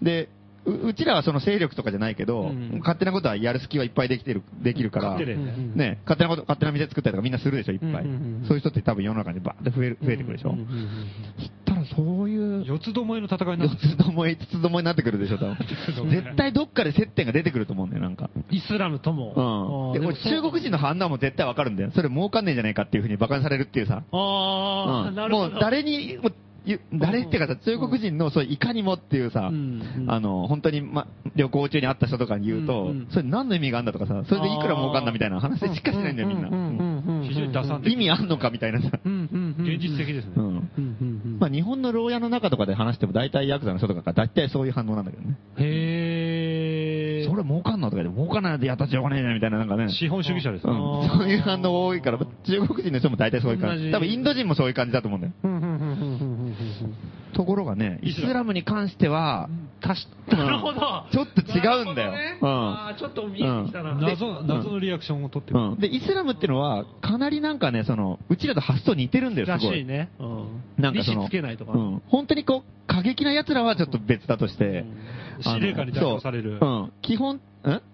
S3: で、ううちらはその勢力とかじゃないけど、
S2: うん
S3: 勝手なことはやる隙はいっぱいできてる、できるから、
S1: 勝手でね
S2: ね。
S3: ね、勝手なこと、勝手な店作ったりとかみんなするでしょ、いっぱい。
S2: うんうんうん
S3: そういう人って多分世の中にバーって増える、増えてくるでしょ。
S2: うんうんうんうん
S3: ただそういう、
S1: 四つどもえの戦いなん
S3: 四
S1: ですよ
S3: つどもえ、五つどもえになってくるでしょ、多分。絶対どっかで接点が出てくると思うんだよ、なんか。
S2: イスラムとも。
S3: うん。で、
S2: あー
S3: これ中国人の判断も絶対わかるんだよ。それ儲かんねえんじゃないかっていうふうに馬鹿にされるっていうさ。
S2: あ
S3: う
S2: あ、
S3: ん
S2: なるほど。
S3: もう誰に、もうゆ誰っていうかさ、中国人の、そう、いかにもっていうさ、
S2: うんうん
S3: あの、本当に、ま、旅行中に会った人とかに言うと、
S2: うんうん
S3: それ何の意味があんだとかさ、それでいくら儲かんだみたいな話しかしないんだよ、みんな。
S1: 非常に打算
S3: 意味あんのかみたいなさ。
S1: 現実的ですね。
S3: うん。
S2: うん
S3: まあ、日本の牢屋の中とかで話しても、大体ヤクザの人とかが大体そういう反応なんだけどね。
S2: へえ。
S3: それ儲かんのとかで、儲かんないでやったらしょうがねえじゃんみたいな、なんかね。
S1: 資本主義者です
S3: う
S1: よ。
S3: ん、そういう反応多いから、中国人の人も大体そういう感
S2: 同
S3: じ。
S2: じ
S3: 多分インド人もそういう感じだと思うんだよ。
S2: うんうんうんうんうんうんうん
S3: ところがね、イ
S1: イ
S3: ス
S1: スラム
S3: ラムに関しては、
S2: 足し
S3: うん
S2: なるほど。
S3: ちょっと違うんだよ
S2: なるほどね
S3: うん
S2: あーちょっと見えてきたな。
S3: うん
S2: で
S1: 謎謎のリアクションを取って
S3: う
S1: る。
S3: ん。で、イスラムってのは、かなりなんかね、その、うちらと発想似てるんだよ、
S2: ら
S3: すご
S2: しい
S3: い。
S2: ね。うん
S3: なんかその、
S2: 利子つけないとか。
S3: うん。本当にこう、過激な奴らはちょっと別だとして、
S1: 司令官に代表される
S3: あのそううん。基本、ん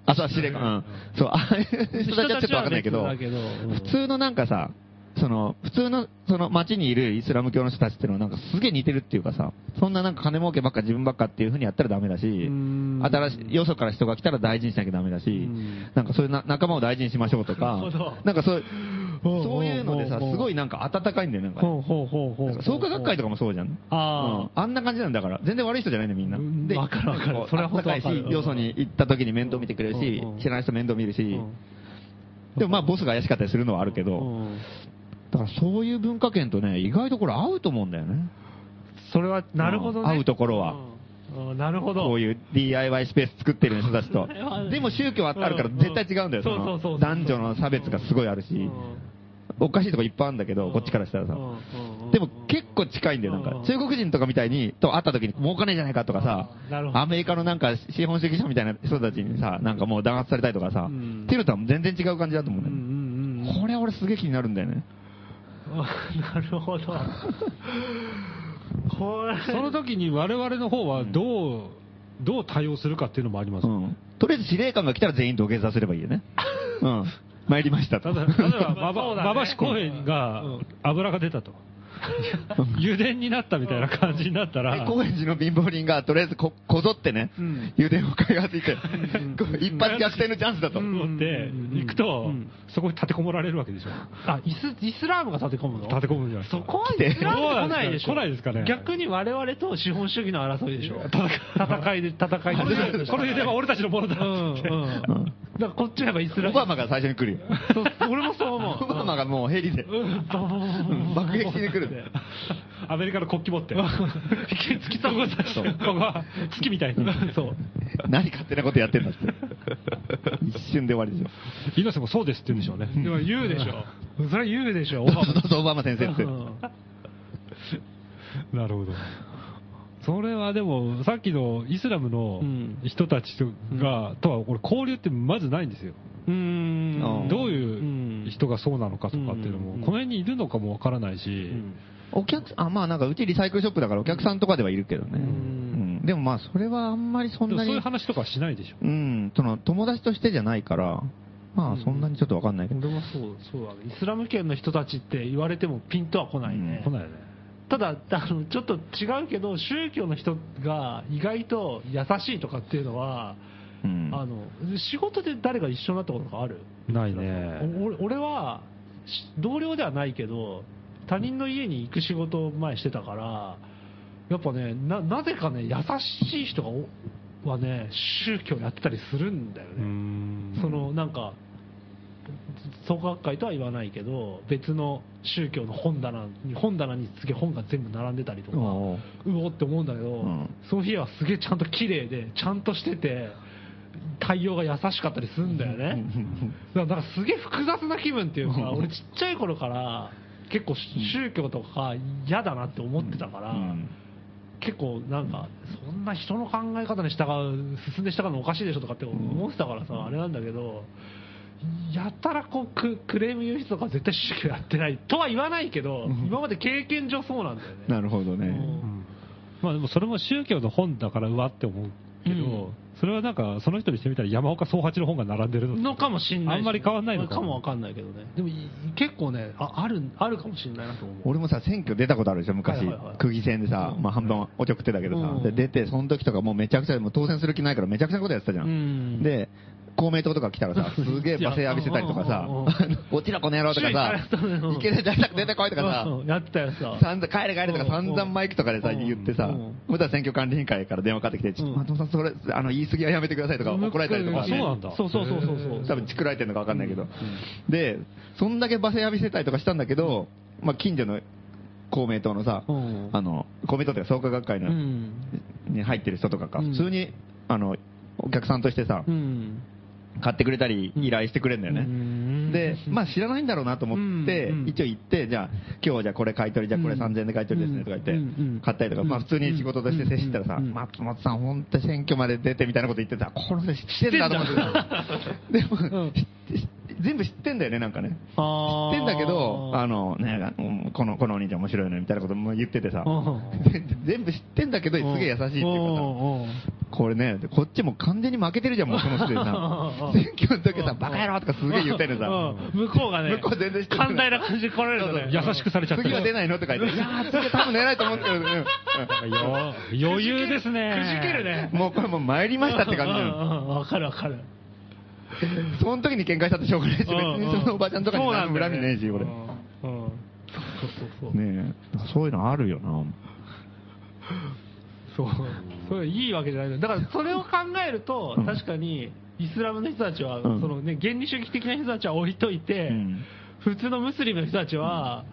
S3: あ、そう、司令官。うん。そう、ああいう人たちはちょっとわかんないけど、
S2: 人たちは別だけどうん
S3: 普通のなんかさ、その、普通の、その街にいるイスラム教の人たちっていうのはなんかすげえ似てるっていうかさ、そんななんか金儲けばっか自分ばっかっていう風にやったらダメだし、
S2: ん
S3: 新しい、よそから人が来たら大事にしなきゃダメだし
S2: ん、
S3: なんかそういうな仲間を大事にしましょうとか
S2: なるほど、
S3: なんかそう、
S2: ほう
S3: そういうのでさ、
S2: ほうほう
S3: すごいなんか温かいんだよ、なんか。
S2: ほうほうほうほう
S3: なんか創価学会とかもそうじゃん。
S2: あ
S3: うんあんな感じなんだから、全然悪い人じゃないんだよ、みんな
S2: うん。
S3: で
S2: わかるわかる
S3: こう
S2: それは本当
S3: あったか
S2: わ
S3: い
S2: か
S3: し、
S2: る
S3: よそに行った時に面倒見てくれるし
S2: うんうん、
S3: 知らない人面倒見るし、
S2: うん
S3: でもまあボスが怪しかったりするのはあるけ
S2: う
S3: ど、
S2: ん
S3: だからそういう文化圏とね、意外とこれ合うと思うんだよね。
S2: それは、なるほどね。
S3: うん合うところは
S2: うん。うんなるほど。
S3: こういう DIY スペース作ってる人たち と
S2: それは。ね
S3: でも宗教はあるから
S2: うん
S3: 絶対違うんだよ、
S2: そう
S3: の
S2: そうそうそう
S3: 男女の差別がすごいあるし、おかしいとこいっぱいあるんだけど、こっちからしたらさ。でも結 構近いんだよ、なんか。中国人とかみたいに、と会った時に儲かねえじゃないかとかさ
S2: あーなる、ほど
S3: アメリカのなんか資本主義者みたいな人たちにさ、なんかもう弾圧されたりとかさ、
S2: うん
S3: っていうのとは全然違う感じだと思うんだよね。
S2: ん
S3: これは俺すげえ気になるんだよね。
S2: なる ほど。こ れ、
S1: その時に我々の方はどう、どう対応するかっていうのもあります
S3: う。ん。とりあえず司令官が来たら全員土下座すればいいよ ね。うん。参りました
S1: た
S3: と。
S1: だ、例えば、馬
S2: そうだ
S1: 場
S2: ね
S1: 馬場氏公園が
S2: うん
S1: 油が出たと。油田になったみたいな感じになったら、
S3: 高円寺の貧乏人が、とりあえずこ、こぞってね、
S2: うん
S3: 油田を買い外して、こう一発逆転のチャンスだと。
S2: うん
S1: 思って行くと
S2: うん、
S1: そこに立てこもられるわけでしょ。
S2: あイス、イスラームが立て込むの
S1: 立て込むんじゃないです
S2: そ
S1: か。
S2: こはイスラーム来ないでしょ
S1: 来ないですかね
S2: 逆に我々と資本主義の争いでしょ戦いで、戦いで。
S1: この油この油田は俺たちのものだ
S2: う
S1: っ
S2: んう
S1: つって。
S2: ん。だからこっちの方がイスラ
S3: オ
S2: ム。
S3: バマが最初に来るよ。
S2: そう俺もそう思う。
S3: オバマがもうヘリで、
S2: うんババババ
S3: うん爆撃しに来る。
S1: アメリカの国旗持 って。突き刺さここは月みたいに。そう。
S3: 何勝手なことやってんだって。一瞬で終わりですよ。
S1: 猪瀬もそうですって言うんでしょうね。
S2: でも言うでしょ。それは言うでしょ、オ
S3: ど
S2: バ
S3: うぞどうぞ、オバマ先生って。
S2: マ。
S1: なるほど。それはでも、さっきのイスラムの
S2: うん
S1: 人たちとが、とは、俺、交流ってまずないんですよ。
S2: うん。
S3: うん
S1: どう
S2: う
S1: い
S2: ん
S1: う人がそうなのかとかっていうのも、
S2: うん
S1: この辺にいるのかもわからないし、
S3: お客さん、あ、まあなんかうちリサイクルショップだからお客さんとかではいるけどね。うんんでもまあそれはあんまりそ
S1: で
S3: ん
S1: も
S3: な
S1: そういう
S3: に、
S1: 話とかはしないでしょ。
S3: うん、その友達としてじゃないから、まあそんなにちょっとわかんないけど。
S2: 俺もそう、そうだね。イスラム圏の人たちって言われてもピンとは来ないね。
S3: う
S1: 来ないよね。
S2: ただあの、ちょっと違うけど、宗教の人が意外と優しいとかっていうのは、
S3: うん。
S2: あの仕事で誰が一緒になったことがある
S1: ないね。
S2: お俺俺はし同僚ではないけど、他人の家に行く仕事を前してたから、やっぱね、ななぜかね、優しい人がおはね、宗教やってたりするんだよ
S1: うー
S2: ね。
S1: ん
S2: そのなんか創学会とは言わないけど別の宗教の本棚に本棚にすげえ本が全部並んでたりとか
S3: おう
S2: うおって思うんだけど、
S3: ん
S2: その日はすげえちゃんと綺麗でちゃんとしてて対応が優しかったりするんだよね、だからなんかすげえ複雑な気分っていうか、俺ちっちゃい頃から結構し宗教とか嫌だなって思ってたから、
S3: うん
S2: 結構なんかそんな人の考え方に従う進んで従うのおかしいでしょとかって思ってたからさ、あれなんだけどやたらこうククレーム言う人とか絶対宗教やってないとは言わないけど、今まで経験上そうなんだよね
S3: なるほど
S2: う
S3: ね。
S1: うんんまあでもそれも宗教の本だからうわって思うけど、
S2: うん
S1: それはなんかその人にしてみたら山岡宗八の本が並んでるの
S2: のかもしんないし
S1: あんまり変わんないのか
S2: か
S1: も
S2: もわかんないけどねでもい結構ねああるあるかもしんないなと思う
S3: 俺もさ、選挙出たことあるでしょ、昔
S2: はいはいはい。
S3: 区議選でさ
S2: う、ん
S3: まあ半分おちょくってだけど
S2: う
S3: さ
S2: ん。
S3: で出て、その時とかもうめちゃくちゃ、もう当選する気ないからめちゃくちゃなことやってたじゃ。
S2: うんん
S3: で、公明党とか来たらさ、すげえ罵声浴びせたりとかさ
S2: うん うんうん、
S3: こちらこの野郎とかさ
S2: 周囲 からそう、うん
S3: いける出て出てこいとかさ、
S2: うんやってたよさ
S3: 散々帰れ帰れとか散々
S2: うん
S3: マイクとかでさ、
S2: うん
S3: 言ってさ
S2: うん、
S3: また選挙管理委員会から電話かかってきて、ちょっと松本さん、それ、あの、言い過ぎはやめてくださいとか怒られたりとか
S1: あそう、なんだ
S2: そうそうそうそうそう
S3: 多分チクられてるのか分かんないけど、で、そんだけ罵声浴びせたりとかしたんだけど、まあ、近所の公明党のさ、
S2: うん
S3: あの、公明党っていうか創価学会
S2: う
S3: の、
S2: ん
S3: に入ってる人とかか、
S2: うん
S3: 普通に、あの、お客さんとしてさ
S2: う、ん
S3: 買ってくれたり、依頼してくれるんだよね。
S2: うん
S3: で、まあ知らないんだろうなと思って
S2: うんう、ん
S3: 一応行って、じゃあ、今日じゃあこれ買い取り、じゃあこれ
S2: うん
S3: 3000円で買い取りですねとか
S2: う
S3: 言
S2: んう
S3: っ
S2: ん
S3: て、買ったりとか、
S2: うん
S3: まあ普通に仕事として接したらさ、
S2: うん
S3: 松本さん、本当に選挙まで出てみたいなこと言ってた、この人知ってんだと思ってた。で
S2: う
S3: も
S2: ん、
S3: 知って知って全部知ってんだよね、なんかね。
S2: あ
S3: 知
S2: ー
S3: ってんだけど、あの、ね、うんこの、このお兄ちゃん面白いね、みたいなことも言っててさ、
S2: う
S3: 全部知ってんだけど、すげえ優しいっていうかさ、
S2: うんうん。
S3: これね、でこっちも完全に負けてるじゃん、もうその人でさ 選挙の時はさ、バカ野郎とかすげえ言ってるさ。
S2: うん向こうがね、
S3: 向こう全然知ってる
S2: 寛大な感じで来られるのね。
S1: 優しくされちゃって
S3: 次は出ないのとか言って、いやー、次は多分出ないと思ってる。うん
S1: よ余裕ですね。
S2: くじけるね。
S3: もうこれもう参りましたって感じ
S2: う
S3: なんの。
S2: うんうんわかるわかる。
S3: その時に喧嘩したってしょうがないし、別
S2: うん
S3: に
S2: うん
S3: そのおばちゃんとかに
S2: そうな
S3: 何
S2: ん
S3: も
S2: だよ
S3: 恨みねえし、俺。
S2: う
S3: ね
S2: んうんそうそうそうそう。
S3: え、そういうのあるよな。
S2: そう。それいいわけじゃないのだからそれを考えると、
S3: うん
S2: 確かに、イスラムの人たちは、
S3: うん
S2: そのね、原理主義的な人たちは置いといて、
S3: うん
S2: 普通のムスリムの人たちは、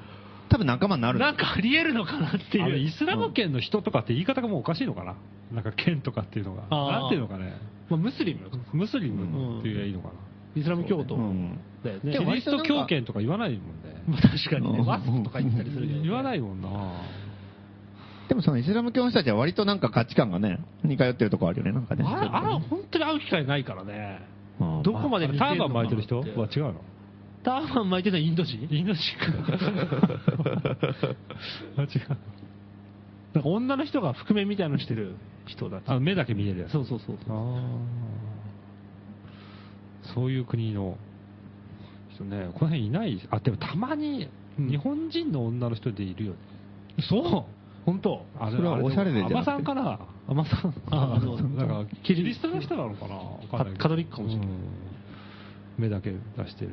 S3: 多分仲間になる。
S2: なんかありえるのかなって
S1: あの
S2: い
S1: イ
S2: う。
S1: スラム圏の人とかって言い方がもうおかしいのかな、なんか県とかっていうのが、
S2: あー
S1: なんていうのかね、
S2: まあ、ムスリム
S1: ムスリムって言えばいいのかな、
S2: イスラム教徒
S3: うん
S2: だよね。
S1: キ
S3: でも
S1: リ
S3: 割
S1: ス
S3: とな
S1: ト
S3: んか
S1: 教圏とか言わないもん
S2: ま
S1: ね、
S2: あ確かに
S3: う
S2: ね、
S3: ん
S2: ワスプとか言ったりするけどね
S1: 言わないもんな、
S3: でもそのイスラム教の人たちは割となんか価値観がね、似通ってるとこあるよね、なんかね。
S2: あら、あら、本当に会う機会ないからね。
S3: うん
S2: どこまで
S1: あれ
S2: 似
S1: タ
S2: て
S1: ー
S2: る
S1: バ
S2: の
S1: ン
S2: かな
S1: 巻いてる人
S2: っ
S1: は
S2: て
S1: 違うの
S2: ターバン巻いてるのはインド人インド人 か。
S1: あ違う
S2: なんか女の人が覆面みたいのしてる人だ
S1: あの目だけ見えるやつ、
S2: そうそうそう
S1: あ
S2: そう。
S1: ーそういう国の人ね、この辺いない、あでもたまに日本人の女の人でいるよね、
S2: そう本当
S1: あ
S3: それはおしゃれでじゃなくて
S1: アマさんかな
S2: あまさん、ああの、
S1: だから
S2: キ
S1: キ
S2: リ
S1: リストの人なのかなわかんないけど
S2: カカトリックかもしれない
S1: うん目だけ出してる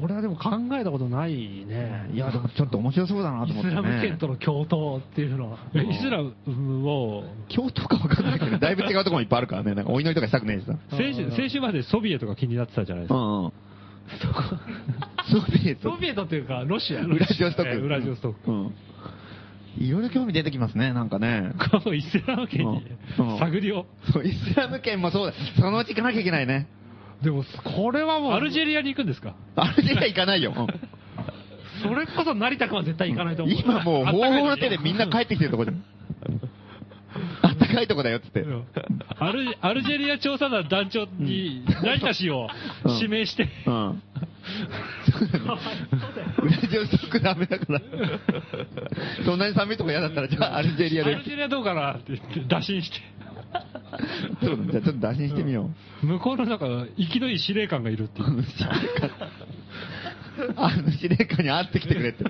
S2: それはでも考えたことないね。
S3: いや、でもちょっと面白そうだなと
S2: イ
S3: 思
S2: ス
S3: って、ね。
S2: ラム圏との共闘っていうのは。
S1: えイスラムを
S3: 京都かわかんないけど、だいぶ違うところもいっぱいあるからね。なんかお祈りとかしたくねえしさ。
S1: 先
S2: あ
S1: 週
S2: ー
S1: 先週までソビエトが気になってたじゃないです
S3: う
S1: か、
S3: んうん。ソビエ
S2: ソ
S3: ト。
S2: ビエトというか、ロシア。
S3: ウラジオスト
S1: え
S3: ッ
S1: ー
S3: ク。
S1: ウラジオストック
S3: うん。いろいろ興味出てきますね、なんかね。
S1: こ のイスラム圏に
S3: うんうん
S1: 探りを、
S3: そうイスラム圏もそうだ。そのうち行かなきゃいけないね。
S2: でも、これはもう、
S1: アルジェリアに行くんですか
S3: あれでは行かないよ。うん
S2: それこそ成田君は絶対行かないと思う。
S3: 今もう、方 法の手でみんな帰ってきてるとこじゃん。あったかいとこだよっつって。うん。
S1: アルアルジェリア調査団団長に成田氏を
S3: うん
S1: 指名して、
S3: そうだね。ウラジオストックダメだから。そんなに寒いとこ嫌だったら、じゃあアルジェリア
S1: ア
S3: で
S1: ル。ジェリアどうかなって言って打 診して
S3: そうだねじゃあちょっと打診してみよう。
S1: 向こうの中生きのいい司令官がいるっていう
S3: あの司令官に会ってきてくれって。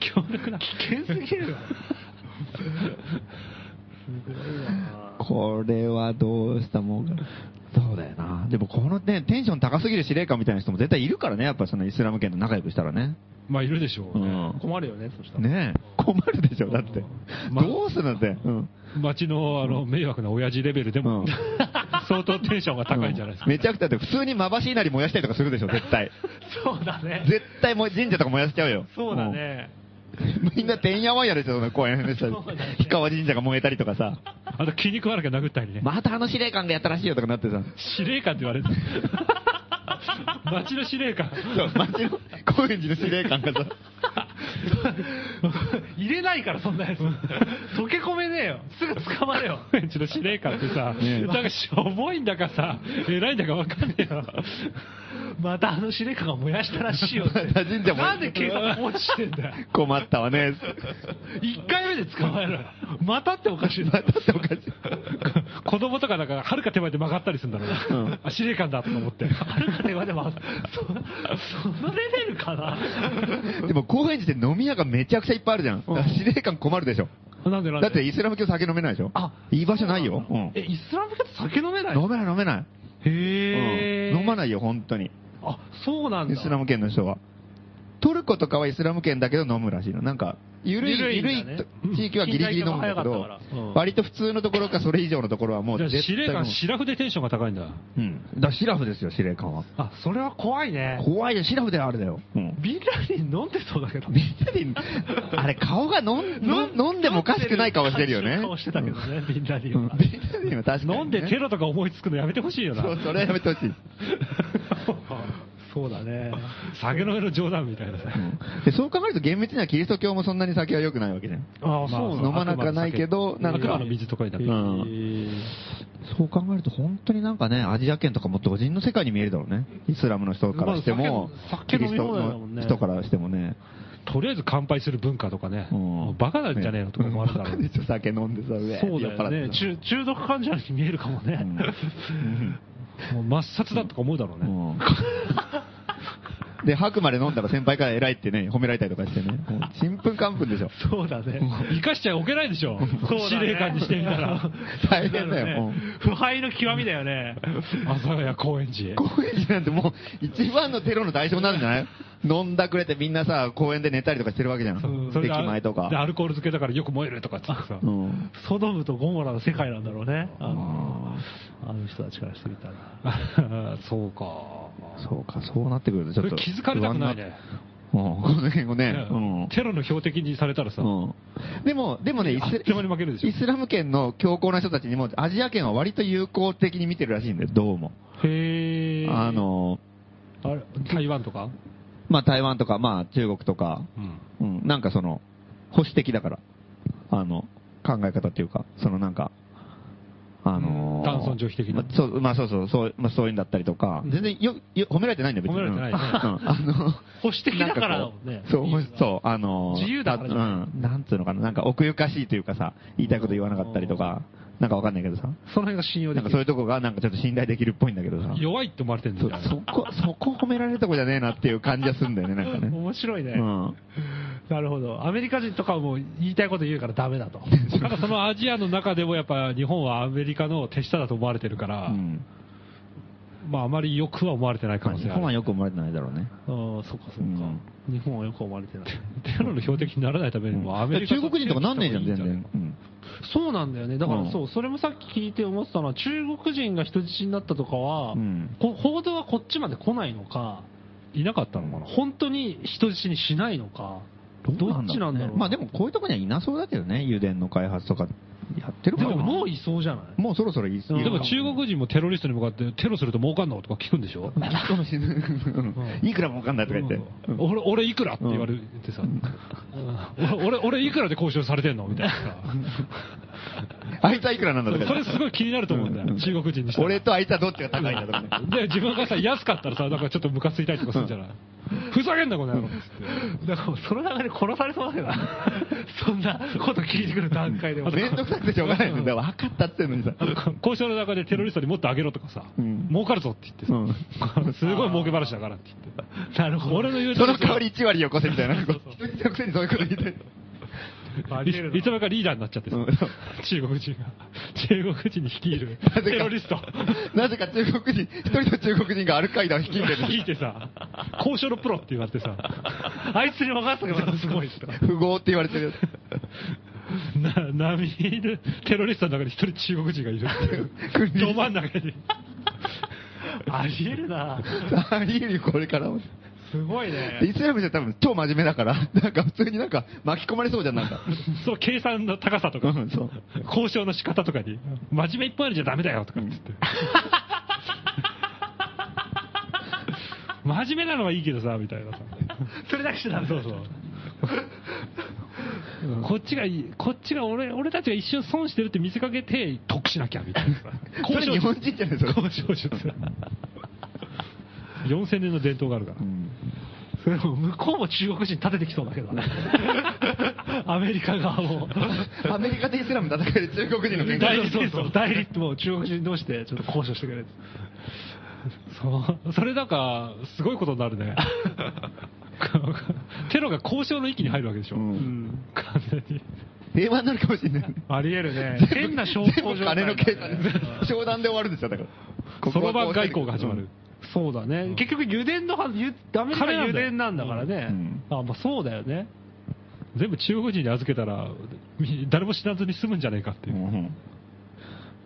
S1: 強力な危険すぎる
S3: これはどうしたもんか。そうだよな。でもこのね、テンション高すぎる司令官みたいな人も絶対いるからね、やっぱそのイスラム圏と仲良くしたらね。
S1: まあいるでしょう
S3: う
S1: ね、
S3: ん。
S2: 困るよね、そしたら。
S3: ねえ、困るでしょ、だって。
S1: まあ
S3: どうするなんて。うん。
S1: 街のあの迷惑な親父レベルでも、
S3: うん
S1: 相当テンションが高いんじゃないですか、
S3: めちゃくちゃだって普通にまばしいなり燃やしたりとかするでしょ、絶対。
S2: そうだね。
S3: 絶対もう神社とか燃やしちゃうよ。
S2: そうだね。
S3: うん。みんなてんやわんやでしょ、その公園でさ
S2: そうだね。
S3: 氷川神社が燃えたりとかさ。
S1: あと気に食わなきゃ殴ったりね、
S3: またあの司令官がやったらしいよとかなってさ。
S1: 司令官って言わ れて街の司令官
S3: そう、町の高円寺の司令官がさ。
S2: 入れないから、そんなやつ。溶け込めねえよ。すぐ捕まれよ。
S1: フェンチの司令官ってさ、
S3: ねえ
S1: なんかしょぼいんだかさ、偉いんだかわかんねえよ。
S2: またあの司令官が燃やしたらしいよって。
S3: また神社燃やした
S2: なんで警察放置してんだよ。
S3: 困ったわね。
S2: 一回目で捕まえろよ。またっておかしいな。
S3: だっておかしい。
S1: 子供とかなんか、はるか手前で曲がったりするんだろうな。
S3: うん
S1: あ、司令官だとか思って。
S2: あるかではでも、そそのレベルかな。
S3: でも高円寺って飲み屋がめちゃくちゃいっぱいあるじゃん。だから司令官困るでしょ。
S1: なんでなんで
S3: だってイスラム教酒飲めないでしょ。
S2: あ
S3: いい場所ないよ。うん
S2: え、イスラム教って酒飲めない
S3: 飲めない飲めない。
S2: へ
S3: うん飲ま
S2: い。
S3: ないよ、本当に。
S2: あ、そうなんだ。
S3: イスラム圏の人は。トルコとかはイスラム圏だけど飲むらしいの。なんか、ゆるい、ゆ
S2: 緩いん
S3: る
S2: だ
S3: い
S2: ね
S3: 地域はギリギリ飲むんだけ
S2: 近代化が
S3: ど
S2: 早かったからうん、
S3: 割と普通のところかそれ以上のところはもう
S1: じゃあ
S3: 絶対
S1: 司令官、
S3: 飲
S1: シラフでテンションが高いんだ。
S3: むうん。だからシラフですよ、司令官は。
S2: あ、それは怖いね。
S3: 怖いよ、シラフではあれだよ。 うん。
S2: ビンラディン飲んでそうだけど。
S3: みんなで、あれ、顔が飲ん飲ん飲んでもおかしくない顔してるよね。
S2: 顔してたけどね、ビンラディ
S3: う
S2: ン
S3: ん
S2: は。
S3: みん なで今確かにね
S1: 飲んでテロとか思いつくのやめてほしいよな
S3: そ。う、それはやめてほしい。
S2: そうだね。
S1: 酒の上の冗談みたいなさ。
S3: でそう考えると厳密にはキリスト教もそんなに酒は良くないわけじゃん。
S2: あ
S1: まあ
S3: そう飲まなくはないけど
S1: なん
S3: なん
S1: か。
S3: か
S1: 悪魔の水とかにな
S3: う
S1: る。
S3: んそう考えると本当になんかね、アジア圏とかも同人の世界に見えるだろうね。イスラムの人からしても
S2: まあ、酒
S3: キリ
S2: 酒飲
S3: ス
S2: み
S3: ト
S2: 放題だもんね
S3: の人からしてもね。
S1: とりあえず乾杯する文化とかね。
S3: うん
S1: もうバカなんじゃねえのとか思われた
S3: バ
S1: ら
S3: カ。でしょ、酒飲んでさ、うえー
S2: そう
S3: 酔
S2: だよ
S3: っ払
S2: ね。
S3: って
S2: 中中毒患者に見えるかもね。
S1: もう抹殺だとか思うだろう
S3: う
S1: ね。
S3: んうんで、吐くまで飲んだら先輩から偉いってね、褒められたりとかしてね。もうちんぷんかんぷんでしょ。
S2: そうだね。
S1: 生かしちゃおけないでしょ。
S2: そうだね
S1: 司令官にしてみた ら。
S3: 大変だよ。もう
S2: 腐敗の極みだよね。
S1: 阿佐ヶ谷高円寺へ。
S3: 高円寺なんてもう一番のテロの対象になるんじゃない飲んだくれてみんなさ、公園で寝たりとかしてるわけじゃん。
S1: それ
S3: 駅
S1: で
S3: 前と
S1: で、ア
S3: か。
S1: ルコール漬けだからよく燃えるとかっつってさ
S3: う。ん。
S2: ソドムとゴモラの世界なんだろうね。あの
S3: あ
S2: あの人たちからしてみたら。
S1: そうか。
S3: ーそうか、そうなってくるとちょっと。
S1: 気づかれたくないね。
S3: 不安な。うん、この辺をね。うん。
S1: テロの標的にされたらさ、
S3: うんでも、でもね、イ
S1: あっ
S3: ス
S1: という間に負けるでしょ
S3: イスラム圏の強硬な人たちにも、アジア圏は割と友好的に見てるらしいんだよ、どうも。
S1: へー
S3: あ、の、
S1: あれ台湾とか
S3: まあ台湾とか、まあ中国とか、
S1: うん。
S3: うん、なんかその、保守的だから、あの、考え方っていうか、そのなんか、あのー
S1: 男尊女卑的な
S3: まあそう、まあそうそう、そう、まあそういうんだったりとか、全然よ、よ褒められてないんだよ、別に。
S1: 褒められてない
S3: うん
S1: ね
S3: あの、
S2: 保守的だからだもんね。
S3: そう、そう、あのー
S2: 自由だからじゃな
S3: うん、なんつうのかな、なんか奥ゆかしいというかさ、言いたいこと言わなかったりとか、なんかわかんないけどさ、
S2: その辺が信
S3: な
S2: 用で
S3: ん
S2: き
S3: かそうい
S2: る。
S3: うとこがなんかちょっと信頼できるっぽいんだけどさ、
S1: 弱いって思われてるんだ
S3: そ
S1: よ。
S3: そこ、そこ褒められるとこじゃねえなっていう感じはするんだよね、なんかね。
S2: 面白いね。
S3: うん。
S2: なるほど。アメリカ人とかはもう言いたいこと言うからダメだ と。
S1: なんかそのアジアの中でもやっぱ日本はアメリカの手下だと思われてるから、
S3: うん。
S1: まああまりよくは思われてない可
S3: まあ
S1: 能
S3: 日
S1: 性
S3: 本
S1: あ
S3: は
S1: る。
S3: よく思われてないだろうね。
S2: ああ、そっかそっか、
S3: うん
S2: 日本はよく思われてない。
S1: テロの標的にならないためにもアメ
S3: 中
S1: リカ
S3: 国人とかなんねえじゃん、全然。うん
S2: そうなんだよね。だからそう、
S3: うん
S2: それもさっき聞いて思ってたのは、中国人が人質になったとかは、
S3: うん
S2: こ報道はこっちまで来ないのか、
S1: いなかったのかな。
S2: 本当に人質にしないのか、どっちなんだろう。
S3: まあでもこういうとこにはいなそうだけどね、油田の開発とかやってる
S2: で
S3: からな
S2: ももういそうじゃない
S3: もうそろそろいいで
S2: うん
S1: でも中国人もテロリストに向かってテロすると儲かんのとか聞くんでしょ
S3: いくらもわかんないとか言って。
S1: うん俺、俺いくらって言われてさ、うん 俺、俺いくらで交渉されてんのみた いな
S3: あいつはいくらなんだと
S1: さ。
S3: か
S1: そ
S3: 言
S1: れ
S3: って。
S1: すごい気になると思うんだよ、中国人にして。
S3: 俺とあいつはどっちが高いんだとかね。
S1: で、自分がさ、安かったらさ、なんかちょっとムカついたりとかするんじゃないふざけんな、この野郎っつって。
S2: だからもうその中で殺されそうだけどな そんなこと聞いてくる段階でも。
S3: めんどくさくてしょうがないんだよ。分かったって言うのにさ。
S1: 交渉の中でテロリストにもっと上げろとかさ、
S3: うん
S1: 儲かるぞって言ってさ、すごい儲け話だからって言って。なるほど。俺の言う
S3: そ
S1: と
S3: の代わり1割よこせみたいな。人質のくせにそういうこと言って。
S2: ありえるない
S1: いつの間にかリーダーになっちゃってさ、
S3: うん
S1: 中国人が、中国人に率いるテロリスト。
S3: なぜか中国人、一人の中国人がある階段を引き入れて
S1: 聞い
S3: る。
S1: てさ、交渉のプロって言われてさ、
S2: あいつに分かったけどすごいっすか
S3: 富豪って言われてる。
S1: な波にいるテロリストの中に一人中国人がいるって いう、ど真ん中に。
S2: ありえるな
S3: ありえるよ、これからも。
S2: すごい
S3: で
S2: ね。
S3: イスラムじゃ多分超真面目だから、なんか普通になんか巻き込まれそうじゃん、なんか。
S1: その計算の高さとか、
S3: うんそう
S1: 交渉の仕方とかに、真面目一本あるじゃダメだよとかっつ って。真面目なのはいいけどさ、みたいなさ。
S2: それだけじゃダメ
S1: そうそう。こっちがいい、こっちが俺俺たちが一瞬損してるって見せかけて、得しなきゃみたいなさ。
S3: それ日本人じゃないですか。
S1: 交渉術。4000年の伝統があるから。
S2: それも向こうも中国人立ててきそうだけど ね。アメリカ側も。
S3: アメリカでイスラム戦える中国人の喧
S2: 代
S3: 嘩
S2: 理そうそう代理ってもう中国人同士でちょっと交渉してくれる。
S1: そうそれなんか、すごいことにな るね。テロが交渉の域に入るわけでしょ。
S3: うん
S2: うん。
S1: 完全に。
S3: 平和になるかもしれない。
S2: ありえるね。変な証
S3: 全
S2: 拠
S3: 部
S2: 状態
S3: 金
S2: だ
S3: の
S2: ね
S3: 計算で、商談で終わるんですよ、だから。こ
S1: そ
S3: こは
S1: の
S3: こう
S1: 晩外交が始まる。。
S2: そうだね。結局油田のは、ゆダメな
S1: 彼なんだよ
S2: 油田なんだからね。あ、まあそうだよね。
S1: 全部中国人に預けたら、み誰も死なずに済むんじゃねえかって
S3: う
S1: い
S3: ん
S1: う。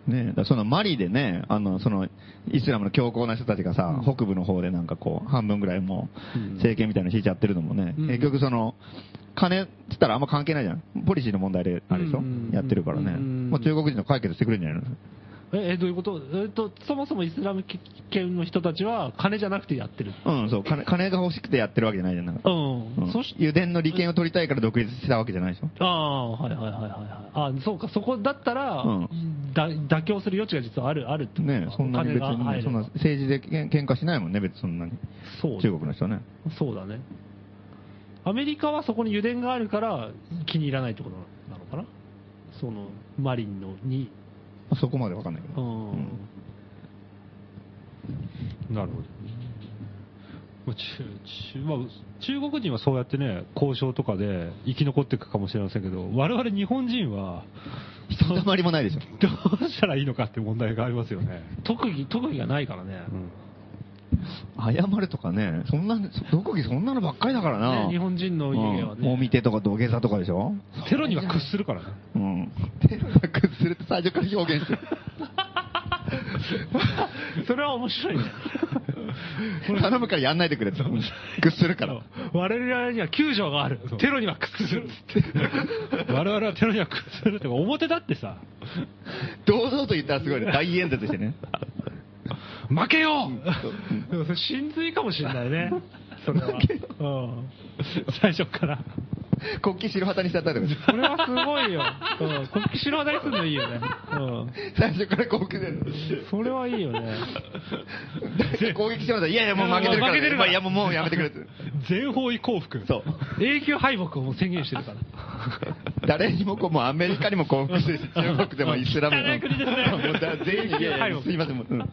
S3: ねえだからそのマリでね、あの、その、イスラムの強硬な人たちがさ、北部の方でなんかこう、半分ぐらいもう
S2: うん、
S3: 政権みたいなの引いちゃってるのもね、
S2: うん
S3: 結局その、金っつったらあんま関係ないじゃん。ポリシーの問題で、あれでしょ、
S2: うん
S3: やってるからね。
S2: うん
S3: まあ中国人の解決してくれるんじゃないの
S2: え、えどういうことえっと、そもそもイスラム圏の人たちは金じゃなくてやってる。
S3: うん、そう、金金が欲しくてやってるわけじゃないじゃん。なんか
S2: うん。そし
S3: 油田の利権を取りたいから独立したわけじゃないでしょ。
S2: ああ、はいはいはいはいはい。あそうか、そこだったら、
S3: うん
S2: だ妥協する余地が実はある、あるってことか
S3: ねえそんなに別
S2: お金が
S3: に
S2: 入
S3: ね、
S2: れ
S3: そ
S2: ば
S3: んな政治でけん喧嘩しないもんね、別にそんなに。
S2: そう
S3: 中国の人はね。
S2: そうだね。アメリカはそこに油田があるから気に入らないってことなのかなその、マリンのに。
S3: そこまでわかんないけ
S2: う
S3: ど。
S2: ん。
S3: うん
S1: なるほど。まあ中中まあ、中国人はそうやってね、交渉とかで生き残っていくかもしれませんけど、我々日本人は、
S3: ひとたまりもないでしょ。
S1: どうしたらいいのかって問題がありますよね。
S2: 特技、特技がないからね。
S3: 謝るとかね、そんな、どこにそんなのばっかりだからな。
S2: ね日本人の家は
S3: うんもみ
S2: ね。
S3: 手とか土下座とかでしょ
S1: テロには屈するからね。
S3: うん。手が崩れて最初から表 現してる。
S2: それは面白 いね。
S3: 頼むからやんないでくれって。屈するから。
S2: 我々には救助がある
S1: そう。
S2: テロには屈する。
S1: 我々はテロには屈するってか、表だってさ、
S3: 堂々と言ったらすごいね。大演説してね。
S2: 負けようでもそれ真髄かもしれない ね。それは。うん。
S1: 最初から。
S3: 国旗白旗にしちゃったりとか。
S2: これはすごいよ。うん。国旗白旗にするのいいよね。うん。
S3: 最初からこう崩れる。
S2: それはいいよね。
S3: 攻撃しました。いやいや、もう負けてるから。
S2: いやもう負けてるから
S3: いや、もうもうやめてくれって。
S1: 全方位降伏。
S3: そう。
S2: 永久敗北をもう宣言して るから。
S3: 誰にもこう、もうアメリカにも降伏してるし、中国でもイスラムでも。
S2: 汚い国ですね
S3: もうだ全員に、いやいやすいません。もううん
S2: う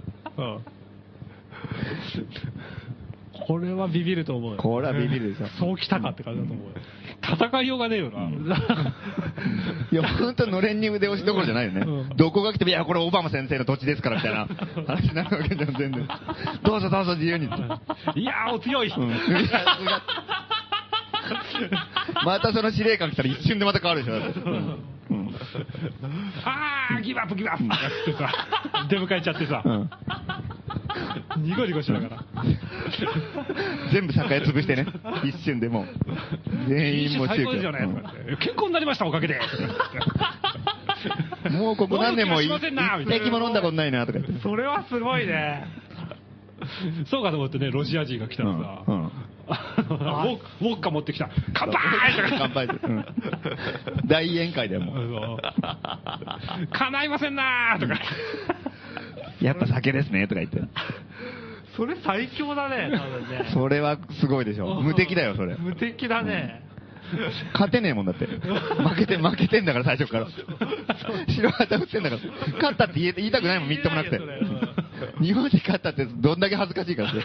S2: ん。これはビビると思うよ。
S3: これはビビるでしょ。
S2: そうきたかって感じだと思うよ。
S1: 戦いようがねえよな。
S3: いや、本当のれんに腕押しどころじゃないよね。
S2: うん
S3: どこが来ても、いや、これオバマ先生の土地ですから、みたいな話になるわけじゃん、全然。どうぞどうぞ自由にって。
S1: いやー、お強い、
S3: うんいやすごいまたその司令官来たら一瞬でまた変わるでしょだって。うんうん
S1: あー、ギブアップ、ギブアップってさ、出迎えちゃってさ
S3: う、ん
S1: ニコニコしながら。
S3: 全部酒屋潰してね。一瞬でもう。全員もう
S1: 最
S3: 中
S1: 高ですよね、とか言って健康になりました、おかげ
S3: う
S1: で。
S3: んもうここ何年もい
S1: もう気がしませんなみ
S3: 一
S1: たいな
S3: 滴も飲んだことないな、とか言って。
S2: それはすごいね。
S1: そうかと思ってね、ロシア人が来たらさ、
S3: うんうん
S1: あのウォッウォッカ持ってきた、乾杯
S3: 乾杯う ん大宴会だよ、もう。
S1: そう叶いませんなーとか、
S3: やっぱ酒ですね、とか言って。
S2: それ最強だね、多分ね。
S3: それはすごいでしょ。無敵だよ、それ。
S2: 無敵だね。
S3: 勝てねえもんだって。負けて、負けてんだから、最初 から。白旗打ってんだから。勝ったって言え言いたくないもん、みっともなくて
S2: 言えないよそれ。
S3: 日本で勝ったってどんだけ恥ずかしいからって。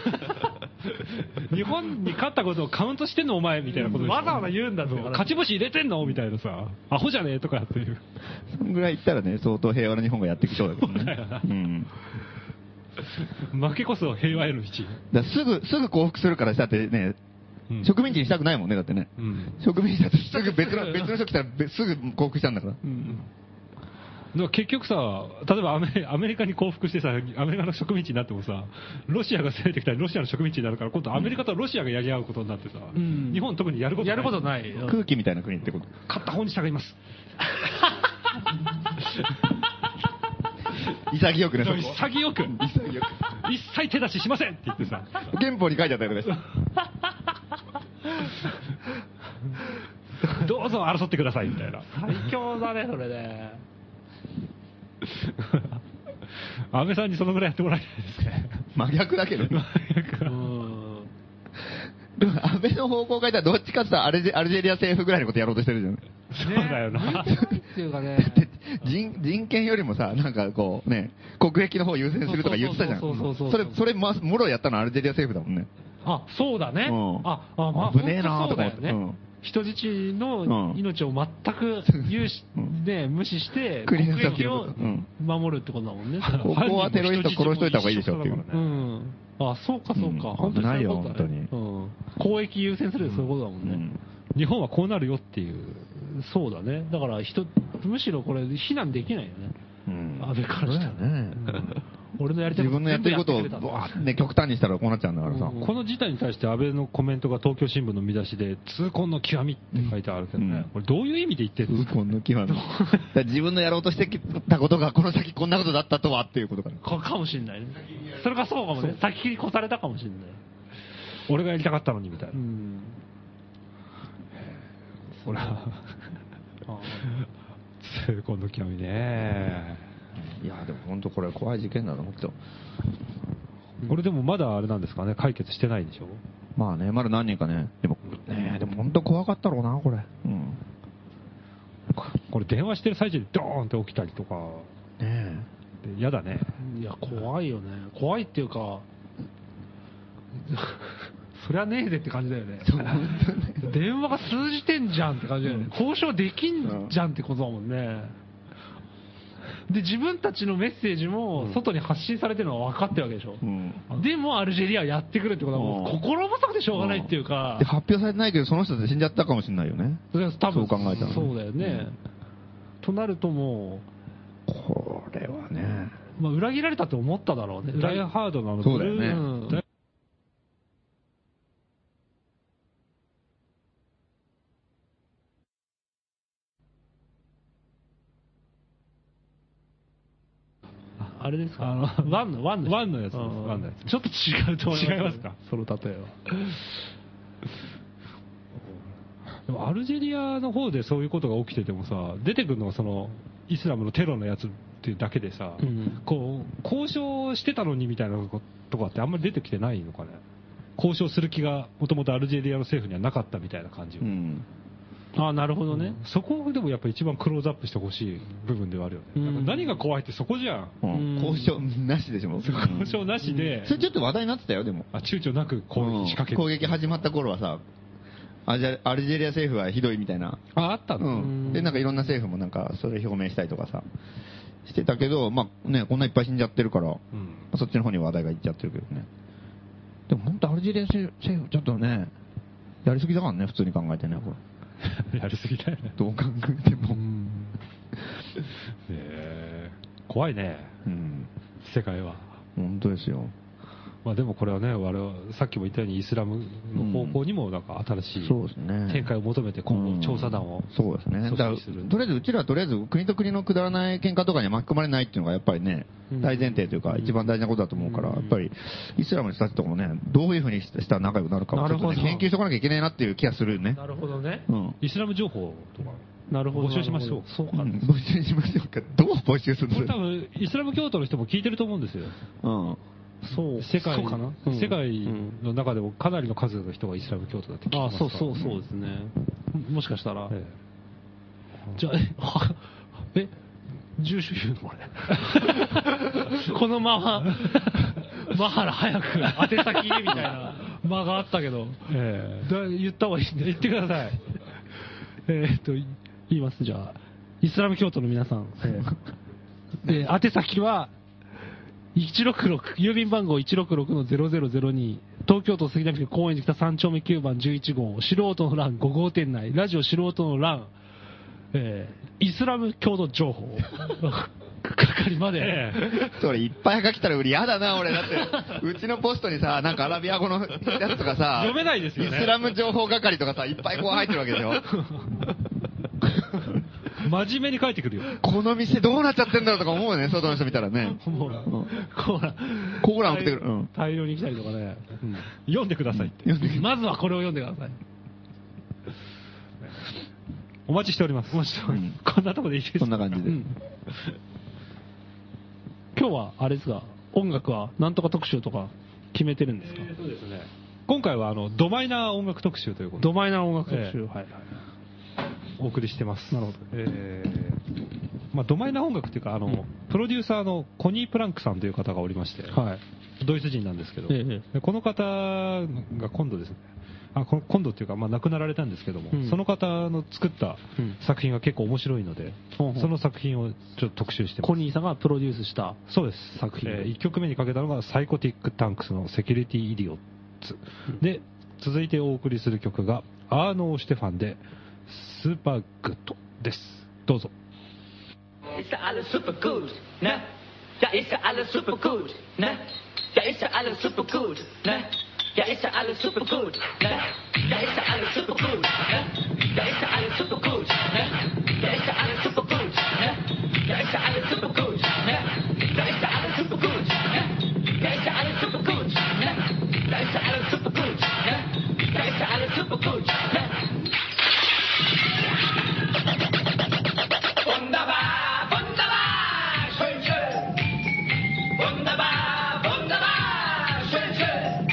S1: 日本に勝ったことをカウントしてんの、お前みたいなことでしょ
S2: わざわざ言うんだぞ。
S1: 勝ち星入れてんのみたいなさ、アホじゃねえとかっていう。
S3: そんぐらい言ったらね、相当平和な日本がやってきそうだけどね。 うん。
S1: 負けこそ平和への道。
S3: だからすぐ、すぐ降伏するから、だってね、
S1: うん
S3: 植民地にしたくないもんね、だってね。
S1: うん
S3: 植民地だってすぐ別の、別 の人来たらべすぐ降伏したんだから。
S1: だから結局さ、例えばアメアメリカに降伏してさ、アメリカの植民地になってもさ、ロシアが攻めてきたらロシアの植民地になるから、今度アメリカとロシアがやり合うことになってさ、
S2: うん
S1: 日本特にやることない。
S2: やることない。うん
S3: 空気みたいな国ってこと。
S1: 勝った方に従います。
S3: 潔くね、そこ。
S1: 潔く、
S3: 潔く。
S1: 一切手出ししませんって言ってさ、
S3: 憲法に書いてあったよね。
S1: どうぞ争ってくださいみたいな。
S2: 最強だね、それね。
S1: 安倍さんにそのぐらいやってもらいたいですね。
S3: 真逆だけどね。
S2: うん。
S3: でも安倍の方向を変えたらどっちかって言ったらアルジェアルジェリア政府ぐらいのことやろうとしてるじゃん。
S1: そうだよな。
S2: っていうかね。
S3: で人人権よりもさ、なんかこうね、国益の方を優先するとか言ってたじゃん。
S2: そうそうそうそう
S3: それ、それ、ま、もろやったのはアルジェリア政府だもんね。
S2: あ、そうだね。
S3: うん
S2: あ、あ、まあ、
S3: 危ねえなーとか思って
S2: 本当そうだよね人質の
S3: うん
S2: 命を全く有し、
S3: うん
S2: ね、無視して、
S3: 国の
S2: 国
S3: 先
S2: 益
S3: のこ
S2: を
S3: とうん
S2: 守るってことだもんね。
S3: ここはテロリスト殺しといた方がいいでしょっていう
S2: うん。あ、そうかそうか。
S3: うん
S2: 本当にそういうことだね
S3: 危な
S2: うん。公益優先するそういうことだもんね。
S1: 日本はこうなるよっていう。
S2: そうだね。だから人、むしろこれ、非難できないよね。
S3: うん
S2: 安倍からしたら
S3: そうだよね
S2: 俺のやりたい
S3: 自分のやってることを
S2: 全部やってくれたんだ
S3: わーってね極端にしたらこうなっちゃうんだからさ。
S2: うん
S1: この事態に対して安倍のコメントが東京新聞の見出しで、痛恨の極みって書いてあるけどね、これどういう意味で言ってるん
S3: う
S1: で
S3: ん、
S1: すか
S3: この際の。だから 自分のやろうとしてきたことがこの先こんなことだったとはっていうことかな。
S2: かかもしれないね。それがそうかもね。先切り越されたかもしれない。
S1: 俺がやりたかったのにみたいな
S2: う。ん。
S1: ほら、
S2: あ
S1: 痛恨の極みね。
S3: いや、でも本当これ怖い事件だな、本当。
S1: これでもまだあれなんですかね、解決してないでしょ
S3: まあね、まだ何人かね。でも、ねでも本当怖かったろうな、これ。うん。
S1: これ電話してる最中にドーンって起きたりとか、
S3: ね
S1: で嫌だね。
S2: ーいや、怖いよね。怖いっていうか、 そりゃねえぜって感じだよね。電話が通じてんじゃんって感じだよね。交渉できんじゃんってことだもんね。で、自分たちのメッセージも外に発信されてるのは分かってるわけでしょ。
S3: ん。
S2: でもアルジェリアやってくるってことはもう
S3: うん
S2: 心細くてしょうがないっていうか
S3: で、、発表されてないけど、その人って死んじゃったかもしれないよね。
S2: それは多分
S3: そう考えたらね
S2: そうだよね。となるとも
S3: これはね。
S2: う、まあ、裏切られたと思っただろうね。
S1: ダイハードなの
S3: そうだよね
S2: うん
S1: だ
S2: あれですか
S1: あの
S2: ワンの、ワンの。
S1: ワンのやつで
S2: う
S1: す
S2: ん
S1: ワンのやつ
S2: ちょっと違うと思います。
S1: 違いますか
S2: その例えは。
S1: でもアルジェリアの方でそういうことが起きててもさ、出てくるのはそのイスラムのテロのやつっていうだけでさ、
S2: うん
S1: こう交渉してたのにみたいなことかってあんまり出てきてないのかね、交渉する気がもともとアルジェリアの政府にはなかったみたいな感じ、
S3: ん。
S2: ああ、なるほどね。
S1: そこをでもやっぱ一番クローズアップしてほしい部分ではあるよね、
S2: うん
S1: だから何が怖いってそこじゃん、
S3: うん
S2: うん
S3: 交渉なしでしょ。
S1: 交渉なしで
S3: そ、れちょっと話題になってたよ、でも。
S1: あ躊躇なく攻撃仕掛け
S3: うん
S1: る、
S3: 攻撃始まった頃はさ、アジアアルジェリア政府はひどいみたいな。
S1: あ、あった
S3: う
S1: の、
S3: ん。で、なんかいろんな政府もなんか、それ表明したりとかさ、してたけど、まあね、こんないっぱい死んじゃってるから、
S1: うん
S3: そっちの方に話題がいっちゃってるけどね。でも本当アルジェリア政府、ちょっとね、やりすぎだからね、普通に考えてね、これ。
S1: やりすぎだよね。
S3: どう考えて
S1: う
S3: も。
S1: んねえ怖いね、
S3: うん。
S1: 世界は。
S3: 本当ですよ。
S1: まあでもこれはね、我々、さっきも言ったようにイスラムの方向にもなんか新しい
S3: そうですね。
S1: 展開を求めて今後調査団を。
S3: そうですね。だ
S1: 組
S3: から
S1: 織する
S3: とりあえず、うちらはとりあえず、国と国のくだらない喧嘩とかには巻き込まれないっていうのが、やっぱりね、
S2: うん
S3: 大前提というか、一番大事なことだと思うから、
S2: うん
S3: やっぱり、イスラムの人たちとかもね、どういうふうにしたら仲良くなるかを、
S2: な
S3: ちょ
S2: る
S3: っと
S2: ほど
S3: ね研究しておかなきゃいけないなっていう気がするよね。
S2: なるほどね。
S3: うん。
S1: イスラム情報とか、
S2: なるほど。
S1: 募集しましょう
S2: そう
S3: う
S2: か。
S3: ん募集しましょうか。どう募集する
S1: これ多
S3: の
S1: 分、イスラム教徒の人も聞いてると思うんですよ。
S3: うん。
S2: そう。
S1: 世界
S2: そうかな。うん
S1: 世界
S2: うん
S1: の中でもかなりの数の人がイスラム教徒だって聞き
S2: あ
S1: ます
S2: あ、
S1: から
S2: そうそうそうですね。もしかしたら。
S1: え
S2: じゃあ、え、はえ、 住所言うのこれ。 このまま、マハラ早く宛先言えみたいな間があったけど、
S1: えええ
S2: だ言った方がいいんで。言ってください。 えーっと、い言います、じゃあ。イスラム教徒の皆さん。えー宛先は、166郵便番号166-0002東京都杉並区高円寺北3丁目9番11号素人の欄5号店内ラジオ素人の欄、えーイスラム教徒情報係まで、
S1: え
S3: それいっぱいはがきたら売りやだな、俺。だ って、うちのポストにさ、なんかアラビア語のやつとかさ、
S1: 読めないですよね
S3: イスラム情報係とかさ、いっぱいこう入ってるわけでし ょ。
S1: 真面目に書いてくるよ。
S3: この店どうなっちゃってんだろうとか思うよね、外の人見たらね。
S2: ほら、ほら
S3: コーラ送ってくるうん
S2: 大量に来たりとかね、
S1: 読んでくださいって。
S2: まずはこれを読んでください
S1: お待ちしております。お待ちして
S3: おります
S1: こんなとこでいいです
S3: そんな感じで。
S2: 今日はあれですか音楽はなんとか特集とか決めてるんですか、
S1: えーそうですね。今回はあのドマイナー音楽特集ということ
S2: ド
S1: で
S2: マイナー音楽特集、
S1: ええ
S2: はいはい
S1: お送りしてます。
S2: なるほど
S1: えーまあ、ドマイナー音楽というかあの、
S2: うん
S1: プロデューサーのコニー・プランクさんという方がおりまして、
S2: はい
S1: ドイツ人なんですけど、
S2: ええ
S1: でこの方が今度ですね、あこ今度っていうか、まあ、亡くなられたんですけども、
S2: うん
S1: その方の作った
S2: うん
S1: 作品が結構面白いので、
S2: ほうほう
S1: その作品をちょっと特集してます
S2: コニーさんがプロデュースした
S1: そうです
S2: 作品
S1: え1曲目にかけたのがサイコティック・タンクスのセキュリティ・イディオッツ、で続いてお送りする曲がアーノー・シュテファンでスーパーグッドですどうぞ
S4: Ist ja alles super gut, ne? Ja, ist ja alles super gut, ne? Ja, ist ja alles super gut, ne? Ja, ist ja alles super gut, ne? Ja, ist ja alles super gut, ne? Ja, ist ja alles super gut, ne? Ja, ist ja alles super gut, ne? Ja, ist ja alles super gut, ne? Ja, ist ja alles super gut, ne? Ja, ist ja alles super gut, ne? Ja, ist ja alles super gut, ne? Ja, ist ja alles super gut, ne? Wunderbar, wunderbar, schön, schön. Wunderbar, wunderbar, schön, schön.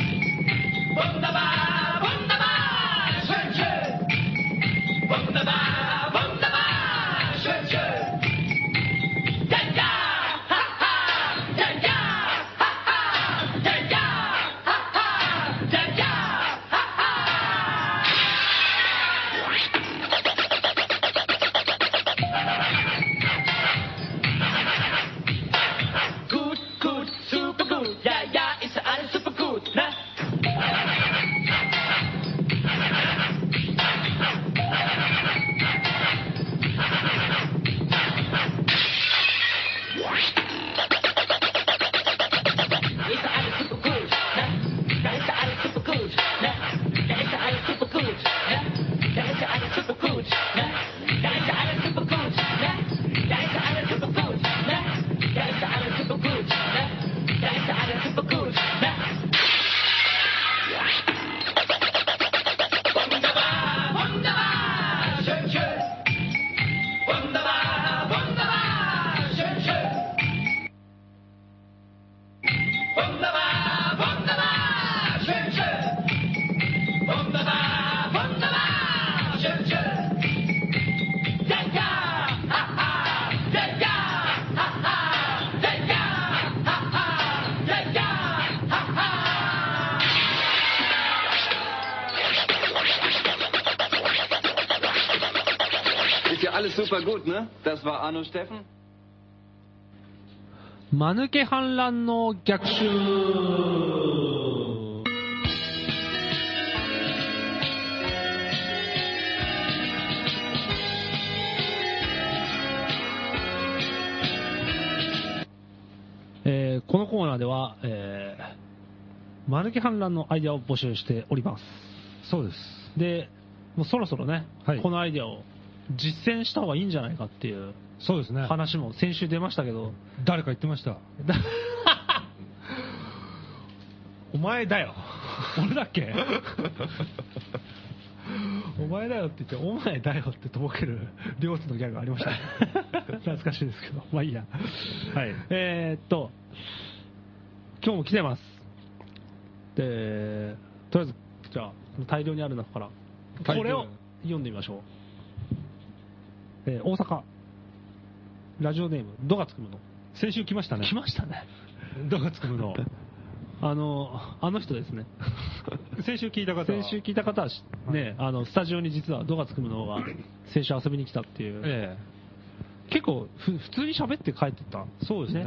S4: Wunderbar, wunderbar, schön, schön. Wunderbar, wunderbar, schön, schön. Ja, ja, ha, ha, ja, ja, ha, ha, ja, ja, ha, ha, ja, ja, ha, ha. gut, gut, super gut. Ja, ja, ist alles super gut, ne? Ist alles super gut, ne? Da ist alles super gut, ne? Da ist alles super gut, ne? Da ist alles super gut, ne? Da ist alles super gut, ne? Da ist alles super gut, ne? Da ist alles super gut, ne? Da ist alles super gut, ne? Wunderbar, wunderbar, schön, schön. Wunderbar, wunderbar, schön, schön. Wunderbar, wunderbar, schön, schön. Wunderbar, wunderbar, schön, schön. Ja,
S5: Ist ja alles super gut, ne? Das war Arno Steffen.
S2: 間抜け反乱の逆襲えーこのコーナーでは、えー、間抜け反乱のアイデアを募集しております。
S1: そうです。
S2: で、もうそろそろね、
S1: はい
S2: このアイデアを実践した方がいいんじゃないかっていう
S1: そうですね。
S2: 話も先週出ましたけど、
S1: 誰か言ってました。
S2: だ
S1: お前だよ。俺だっけ
S2: お前だよって言って、お前だよってとぼける両津のギャグありました。懐かしいですけど、まあいいや。
S1: はい
S2: えーっと、今日も来てます。で、とりあえず、じゃあ、大量にある中から、
S1: 大量
S2: これを読んでみましょう。えー大阪、ラジオネーム、ドがつくむの。
S1: 先週来ましたね。
S2: 来ましたね。
S1: どがつくむ の。
S2: あの、あの人です ね。
S1: 先週聞いた方は。
S2: 先週聞いた方はし、ね、あの、スタジオに実はドガツクムの方が先週遊びに来たっていう。
S1: え
S2: 結構ふ普通に喋って帰ってった
S1: え。そうですね。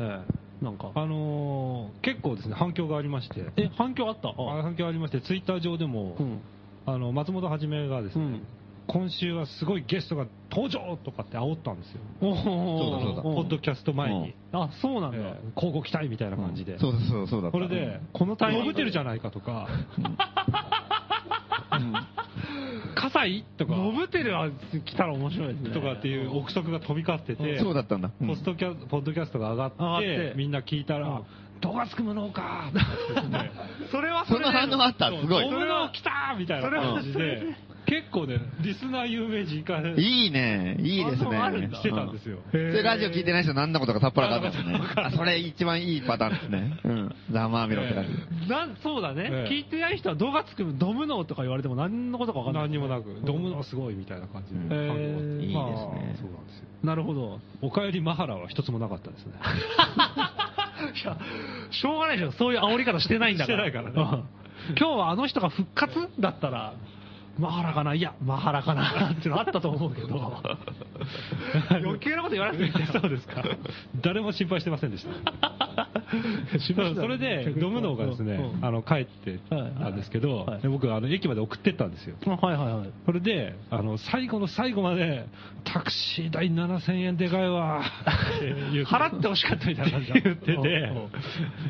S2: なんか
S1: あのー結構ですね、反響がありまして。
S2: え反響あった
S1: あ
S2: あ
S1: 反響ありまして、ツイッター上でも、
S2: うん
S1: あの松本はじめがです
S2: う
S1: ね、
S2: ん
S1: 今週はすごいゲストが登場とかって煽ったんですよ。
S2: おお
S3: そうだそうだ
S1: ポッドキャスト前に。
S2: あそうなんだ、
S1: ええ交互期待みたいな感じで。
S3: そうそうそうだった。
S1: これで、
S2: このタイミング
S1: 伸びてるじゃないかとか、
S3: うん、
S1: 葛西とか、
S2: ノブテルは来たら面白いですね
S1: とかっていう憶測が飛び交ってて、
S3: そうだったんだ。うん
S1: ポストキャポッドキャストが上
S2: 上
S1: が
S2: が
S1: っ
S2: ってて、
S1: みんな聞いた
S2: う
S1: ら
S2: ん、
S1: どがつくものか
S2: それは
S3: その反応あった、すご
S1: お
S3: い。
S1: むの来たみたいな感じで、結構ね、リスナー有名人化し
S3: いいね、いいです
S2: あそうある
S3: ね
S2: ん。だ
S1: てたんです
S3: う
S1: よ。
S3: ん。それラジオ聞いてない人何のことかさっぱらわかんないです
S1: わ
S3: ね。あそれ一番いいパターンですね。うん。ざまあみろって感じ。
S2: なんそうだね、
S1: ええ
S2: 聞いてない人は動画作るドムノーとか言われても何のことか分かんない
S1: 何にもなく、ドムのすごいみたいな感じで、
S3: うん
S1: 反応があって
S2: へー
S3: いい
S1: まあ
S3: ですね
S1: そうなんですよ。
S2: なるほど
S1: おかえりマハラは一つもなかったですね。
S2: いや、しょうがないでしょ、そういう煽り方してないんだから。
S1: してないからね
S2: うん今日はあの人が復活だったら、マハラかな、いや、マハラかなっていうのあったと思うけど、 余計なこと言わなくていいんだ よ。
S1: そうですか。誰も心配してませんでした。 そうそれで、ドムノーがですね、あ
S2: の、
S1: の、帰ってたんですけど
S2: はい、
S1: で僕、あの、駅まで送ってったんですよ。
S2: はいはいはい。
S1: それで、あの、最後の最後まで、タクシー代7000円でかいわ、って言う
S2: 払ってほしかったみたいな感じだ
S1: 言ってて
S2: うんうん、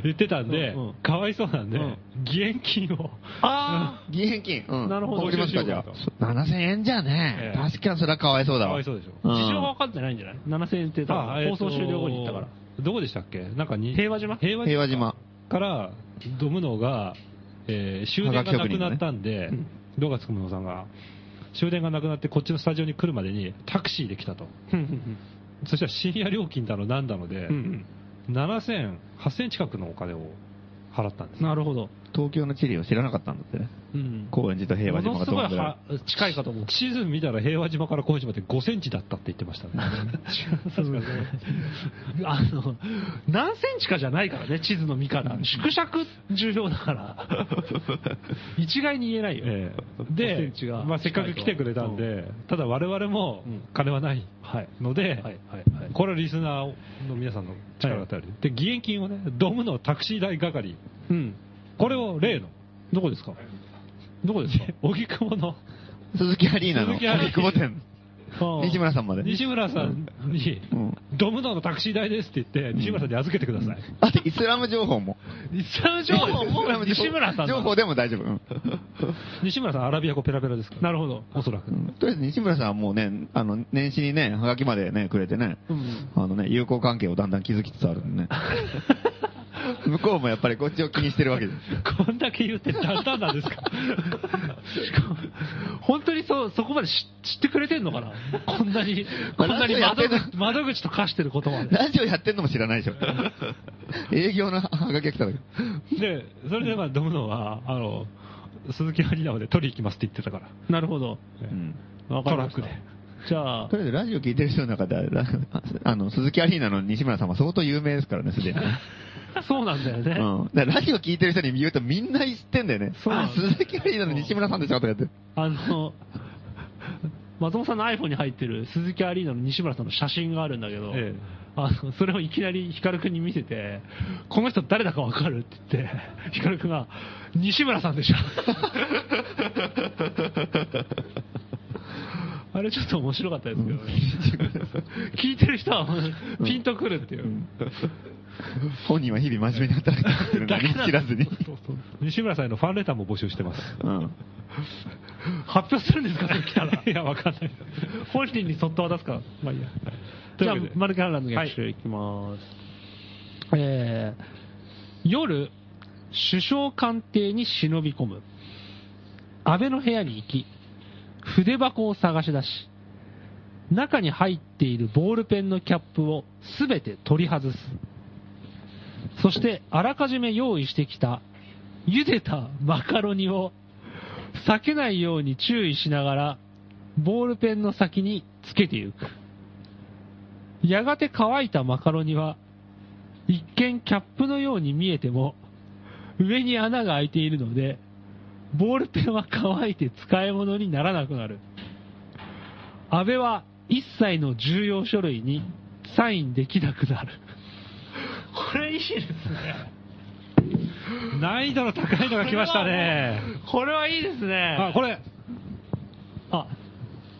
S1: 言ってたんで
S2: うんうん、
S1: かわいそうなんで
S2: うん、
S1: 義援金を、
S2: あ
S3: 義援金。うん。
S2: なるほど
S3: 送りますか、じゃ
S1: 募集しよ
S3: あ。7000円じゃね。
S1: ええ
S3: 確かにそれはかわいそうだわ。
S1: かわいそうでしょ
S2: あ、
S3: ん
S2: 事情が分かってないんじゃない ?7000 円って多
S1: あ
S2: 分放送終了後に行ったか。
S1: え
S2: ら。
S1: とどこでしたっけなんかに、
S2: 平和島
S1: 平和
S3: 平和島。
S1: から、ドムノが、えー終電がなくなったんで、ドガツクムノさんが、終電がなくなってこっちのスタジオに来るまでにタクシーで来たと。
S2: ふんふんふん
S1: そしたら深夜料金だのなんだので、
S2: うん
S1: 7000、8000近くのお金を払ったんで
S2: うんなるほど。
S3: 東京の地理を知らなかったんだってね。
S2: うん
S3: 高円寺と平和島
S2: もの
S3: が
S2: す
S3: どん
S2: ごい
S3: ぐらい
S2: は近いかと思う。
S1: す。地図見たら平和島から小島って5センチだったって言ってましたね。
S2: そうですね。あの、何センチかじゃないからね、地図の見方。縮尺重要だ から。一概に言えないよ。
S1: ええ
S2: 5セ
S1: で
S2: ンチが、
S1: まあ、せっかく来てくれたんで、ただ我々も
S2: うん
S1: 金はない
S2: はい
S1: ので、
S2: はいはいはい
S1: これはリスナーの皆さんの力がたり、で義援金をね、ドムのタクシー代係、
S2: うん。
S1: これを例の、
S2: どこですかどこですか
S1: 荻窪の
S3: 鈴木アリーナの
S1: 鈴木アリーナ
S3: 久保店。
S2: ああ
S3: 西村さんまで。
S1: 西村さんに、
S3: うん
S1: ドムののタクシー代ですって言って、西村さんに預けてください。
S3: あと、イスラム情報も。
S2: イスラム情 報
S3: イスラム情報
S2: 西村さんだ
S3: 情報でも大丈夫。うん
S1: 西村さん、アラビア語ペラペラですから、
S2: なるほど。
S1: おそらく。
S3: とりあえず西村さんはもうね、あの、年始にね、はがきまでね、くれてね、
S2: うん
S3: あのね、友好関係をだんだん築きつつあるんでね。向こうもやっぱりこっちを気にしてるわけです。
S1: こんだけ言って、だんだんなんですか。
S2: 本当にそうそこまで知知ってくれてんのかなこんなに、こんな
S3: ラジ
S2: に窓
S3: オやって
S2: 口窓口と化してることま で。
S3: ラジオやってんのも知らない でしょ。営業のはがきが来ただけ。
S1: で、それでまあ、ドムのは、あの、鈴木アリーナまで取り行きますって言ってたから。
S2: なるほど。
S3: うん
S2: わかりました
S1: トラックで。
S2: じゃあ
S3: と、りあえずラジオ聞いてる人の中では、ラあの、鈴木アリーナの西村さんは相当有名ですからね、すで にね。
S2: そうなんだよ ね。
S3: うん。だからラジオ聞いてる人に言うとみんな知ってんだよね。
S2: そ う
S3: あ、鈴木アリーナの西村さんでしょとかやって。
S2: あの、 松本さんの iPhone に入ってる鈴木アリーナの西村さんの写真があるんだけど、
S1: ええ
S2: あのそれをいきなり光くんに見せて、この人誰だかわかるって言って、 光くんが、西村さんでしょ。 あれちょっと面白かったですけどね。聞いてる人はピンとくるっていう。
S3: 本人は日々真面目に働いてますけど、
S2: だから
S3: 何も知らずに。
S2: そうそう
S1: 西村さんへのファンレターも募集してます。
S3: うん。
S2: 発表するんですか、それ来たら。
S1: いや、わかんない。
S2: 本人にそっと渡すから。まあいいや。じ
S1: という
S2: ゃ
S1: わ
S2: あ
S1: けで、
S2: マルケハンランド逆襲いきます。えー、夜、首相官邸に忍び込む。安倍の部屋に行き、筆箱を探し出し、中に入っているボールペンのキャップをすべて取り外す。そして、あらかじめ用意してきた、茹でたマカロニを避けないように注意しながら、ボールペンの先につけてゆく。やがて乾いたマカロニは、一見キャップのように見えても、上に穴が開いているので、ボールペンは乾いて使い物にならなくなる。安倍は一切の重要書類にサインできなくなる。これいいですね。
S1: 難易度の高いのが来ましたね。
S2: これはいいですね。
S1: あ、これ、
S2: あ、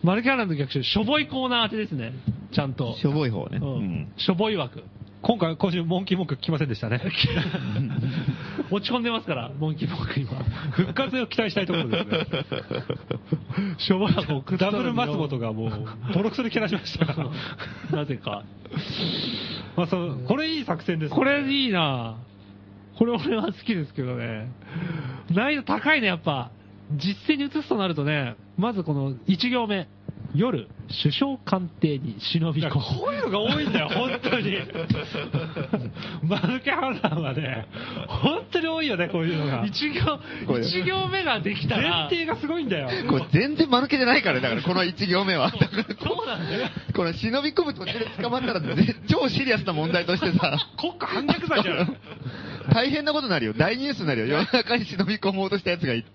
S2: マルキャランド逆襲、しょぼいコーナー当てですね。ちゃんと。
S3: しょぼい方ね。
S2: う
S3: うんん。
S2: しょぼい枠。
S1: 今回、今週、モンキーモンク来ませんで したね。
S2: 落ち込んでますから、モンキーモンク今。
S1: 復活を期待したいところですね。
S2: しょぼい枠を
S1: ダブル松本がもう、ボロクソにけなし ましたから
S2: なぜか。
S1: まあ、その、これいい作戦です、
S2: これいいなこれ俺は好きですけどね。難易度高いね、やっぱ。実践に移すとなるとね、まずこの1行目。夜、首相官邸に忍び
S1: い
S2: 込
S1: や
S2: む
S1: こ。ういうのが多いんだよ、本当 に。マルケハンランはね、本当に多いよね、こういうのが。前
S2: 一行、
S3: これ
S2: 一行目ができたら。
S1: 提がすごいんだよ。
S3: これ全然間抜けじゃないから、だからこの1行目 は。
S2: そうなんだよ。
S3: これ忍び込む途中で捕まったら、ぜ超シリアスな問題としてさ、
S1: 国家反逆罪じ ゃん。
S3: 大変なことになるよ。大ニュースになるよ。世の中に忍び込もうとしたやつがいる。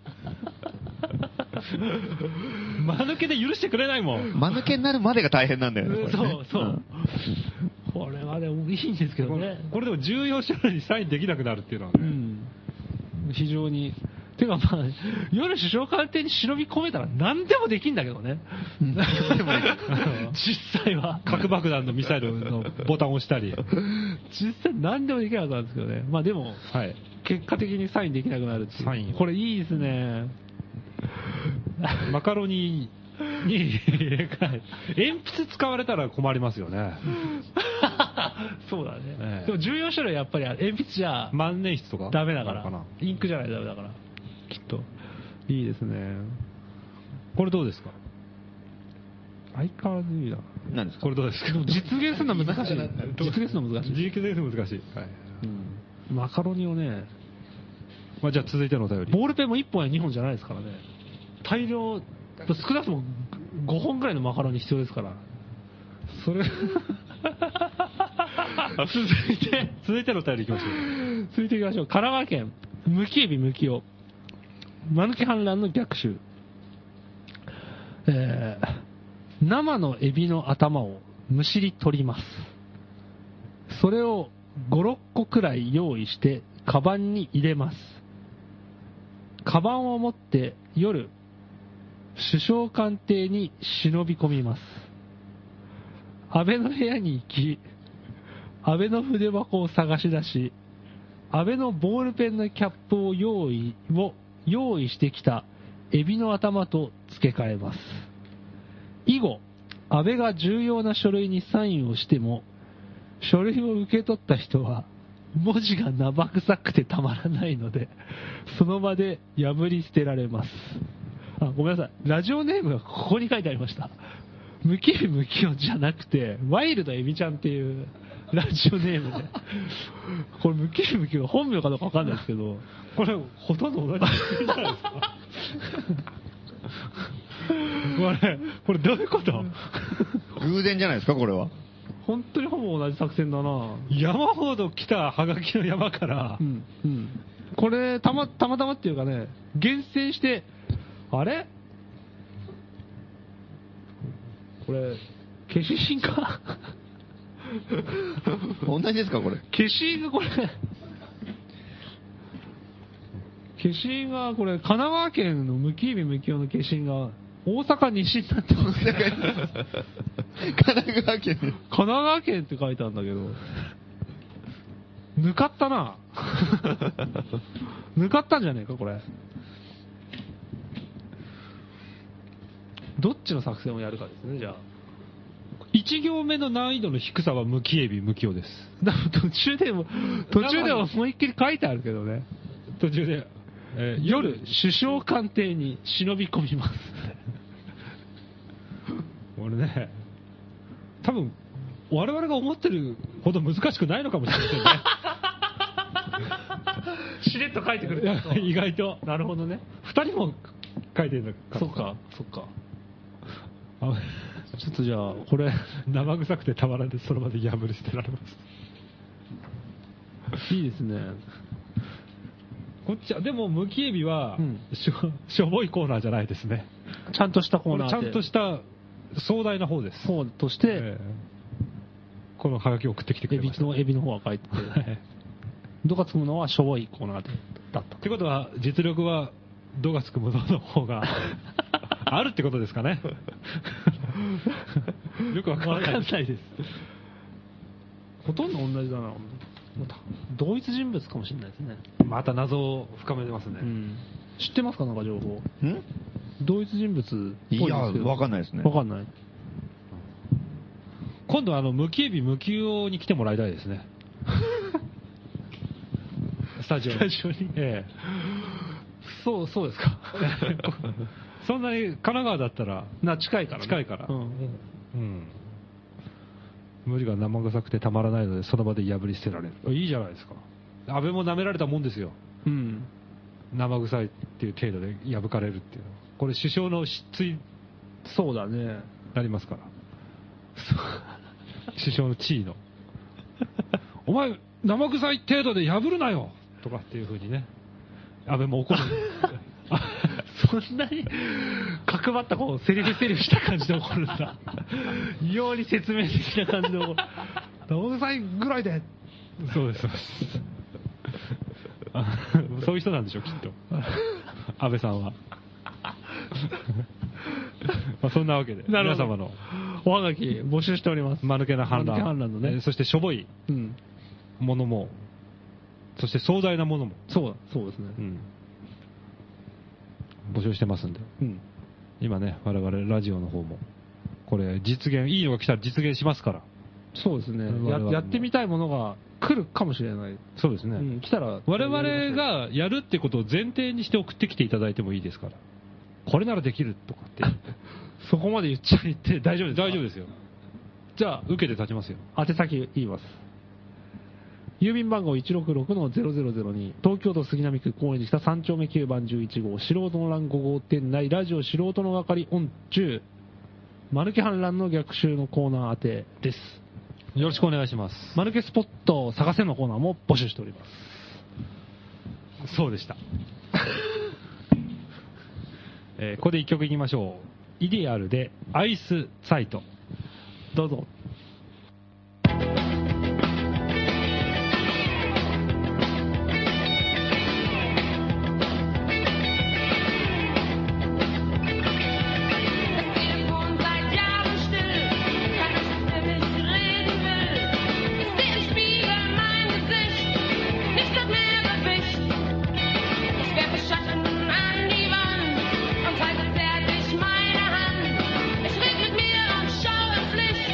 S1: 間抜けで許してくれないもん。
S3: 間抜けになるまでが大変なんだよね。これ
S2: そ
S3: ね
S2: うそう。これはでもいいんですけど
S1: こ
S2: ね
S1: れ。これでも重要書類にサインできなくなるっていうのはね、
S2: うん。非常に。てかまあ、夜首相官邸に忍び込めたら何でもできんだけどね。 実際は。
S1: 核爆弾のミサイルのボタンを押したり、
S2: 実際何でもできるはずなんですけどね。まあでも、
S1: はい、
S2: 結果的にサインできなくなるっていう
S1: サインを
S2: これいいです ね。
S1: マカロニに入れ替え、鉛筆使われたら困りますよね、
S2: そうだね。
S1: ええ
S2: でも重要書類はやっぱり鉛筆じゃ
S1: 万年筆とか、
S2: ダメだか
S1: ある
S2: ら。インクじゃないとダメだから。きっと。いいですね。
S1: これどうですか、
S2: 相変わらずいいな。
S3: 何ですか
S1: これどうですか、
S2: 実現するのは難しい。実現するのは難しい。
S1: 自力で難しい、はい
S2: うんマカロニをね、
S1: まあ、じゃあ続いてのお便り、
S2: ボールペンも1本や2本じゃないですからね。大量、少なくとも5本ぐらいのマカロニ必要です から。そ れ、続いて、
S1: 続いてのお便りいきましょ
S2: 続いていきましょう。神奈川県、むきえびむきお。マヌケ反乱の逆襲。えー、生のエビの頭をむしり取ります。それを5、6個くらい用意して、カバンに入れます。カバンを持って夜、首相官邸に忍び込みます。安倍の部屋に行き、安倍の筆箱を探し出し、安倍のボールペンのキャップを用意、を用意してきたエビの頭と付け替えます。以後、安倍が重要な書類にサインをしても、書類を受け取った人は、文字が生臭くてたまらないので、その場で破り捨てられます。あ、ごめんなさい。ラジオネームがここに書いてありました。ムキビムキオじゃなくて、ワイルドエビちゃんっていう ラジオネームで。これムキビムキオ本名かどうかわかんないですけど、
S1: う、これ、ほとんど同じじゃないですか。これ、これどういうこと
S3: 偶然じゃないですか、これは。
S2: 本当にほぼ同じ作戦だな
S1: 山ほど来たハガキの山から
S2: う、ん、うん。これ、たま、たまたまっていうかね、厳選して、あれこれ、消し芯か
S3: 同じですか、これ。
S2: 消し印がこれ、消し印がこれ、神奈川県の無機指無機用の消し印が大阪西になってます。
S3: 神
S2: 神
S3: 奈川県の。
S2: 奈川県って書いてあるんだけど、抜かったな。 抜かったんじゃねえか、これ。どっちの作戦をやるかですね、じゃあ。
S1: 1行目の難易度の低さは無機エビ、無機オです。
S2: だ途中でも、途中でも思いっきり書いてあるけどね。
S1: 途中で、えー
S2: 夜、首相官邸に忍び込みます。
S1: 俺ね、多分我々が思ってるほど難しくないのかもしれ
S2: しれっと書いてくれ
S1: ませんねいや。意外と。
S2: なるほどね。
S1: 2人も書いてるの
S2: そっか、そっか。
S1: あ
S2: ちょっとじゃあ、これ、
S1: 生臭くてたまらんで、その場で破り捨てられます。
S2: いいですね。
S1: こっちは、でも、無機エビは、
S2: うん
S1: しょ、しょぼいコーナーじゃないですね。
S2: ちゃんとしたコ
S1: こ
S2: ーナ
S1: れ
S2: ー
S1: ちゃんとした壮大な方です。
S2: そうとして、
S1: ええこのハガキを送ってきてく
S2: エ
S1: れ
S2: ビ
S1: ました。
S2: の、エビの方は書いてて、
S1: はい
S2: 度がつくものはしょぼいコーナーでだった
S1: っ。てことは、実力は、度がつくものの方 が、あるってことですかね。よくわからない。
S2: ないです。ほとんど同じだな、もうた同一人物かもしれないですね。
S1: また謎を深めてますね。
S2: うん知ってますか、なんか情報。
S3: ん
S2: 同一人物っぽいんですけ
S3: い
S2: ど
S3: や、わかんないですね。
S2: わかんない。
S1: 今度は、あの、無機エビ、無機王に来てもらいたいで すね。スタジオに。ええ
S2: そう、そうです か。
S1: そんなに神奈川だったら、
S2: な、近いからね。
S1: 近いから
S2: うん
S1: うん。無理が生臭くてたまらないので、その場で破り捨てられる。いいじゃないですか。安倍も舐められたもんですよ。
S2: うん。
S1: 生臭いっていう程度で破かれるっていうのはこれ首相の失墜に
S2: そうだね。
S1: なりますから。 首相の地位の。お前、生臭い程度で破るなよとかっていうふうにね。安倍も 怒る。
S2: そんなに、 角張ったこう、セリフセリフした感じで怒るんだ。異様に説明的な感じで怒る。生臭いぐらいで。
S1: そうです、そうです。あそういう人なんでしょう、きっと。安倍さ んは。まあそんなわけで、
S2: なる
S1: 皆
S2: ほど
S1: 様の
S2: おはがき募集しております。
S1: 間抜けな反乱、
S2: 間抜け反乱のね
S1: えーそしてしょぼい
S2: うん。
S1: ものも、そして壮大なものも、
S2: そう、そうですね。
S1: うん募集してますんで、
S2: うん。
S1: 今ね、我々ラジオの方も、これ、実現、いいのが来たら実現しますから、
S2: そうですね
S1: 我
S2: や
S1: 々。も
S2: やってみたいものが来るかもしれない。
S1: そうですね。
S2: うん、来たら。
S1: 我々、がやるってことを前提にして送ってきていただいてもいいですから、これならできるとかって、
S2: そこまで言っちゃいって大丈夫ですか
S1: 大丈 夫ですよ。じゃあ、受けて立ちますよ。
S2: 宛先言います。郵便番号166-0002、東京都杉並区公園寺北3丁目9番11号、素人の欄5号店内、ラジオ素人のがかりオン中、マヌケ反乱の逆襲のコーナー宛てです。
S1: よろしくお願いします。
S2: マヌケスポットを探せのコーナーも募集しております。
S1: そうで した。えーここで一曲いきましょう。イデアルでアイスサイト。
S2: どうぞ。
S6: Das Telefon seit Jahren still, keiner mit mir nicht reden will. Ich sehe im Spiegel mein Gesicht, nicht wird mehr gewischt. Ich werfe Schatten an die Wand und halte zärtlich meine Hand. Ich red mit mir und schaue Pflicht.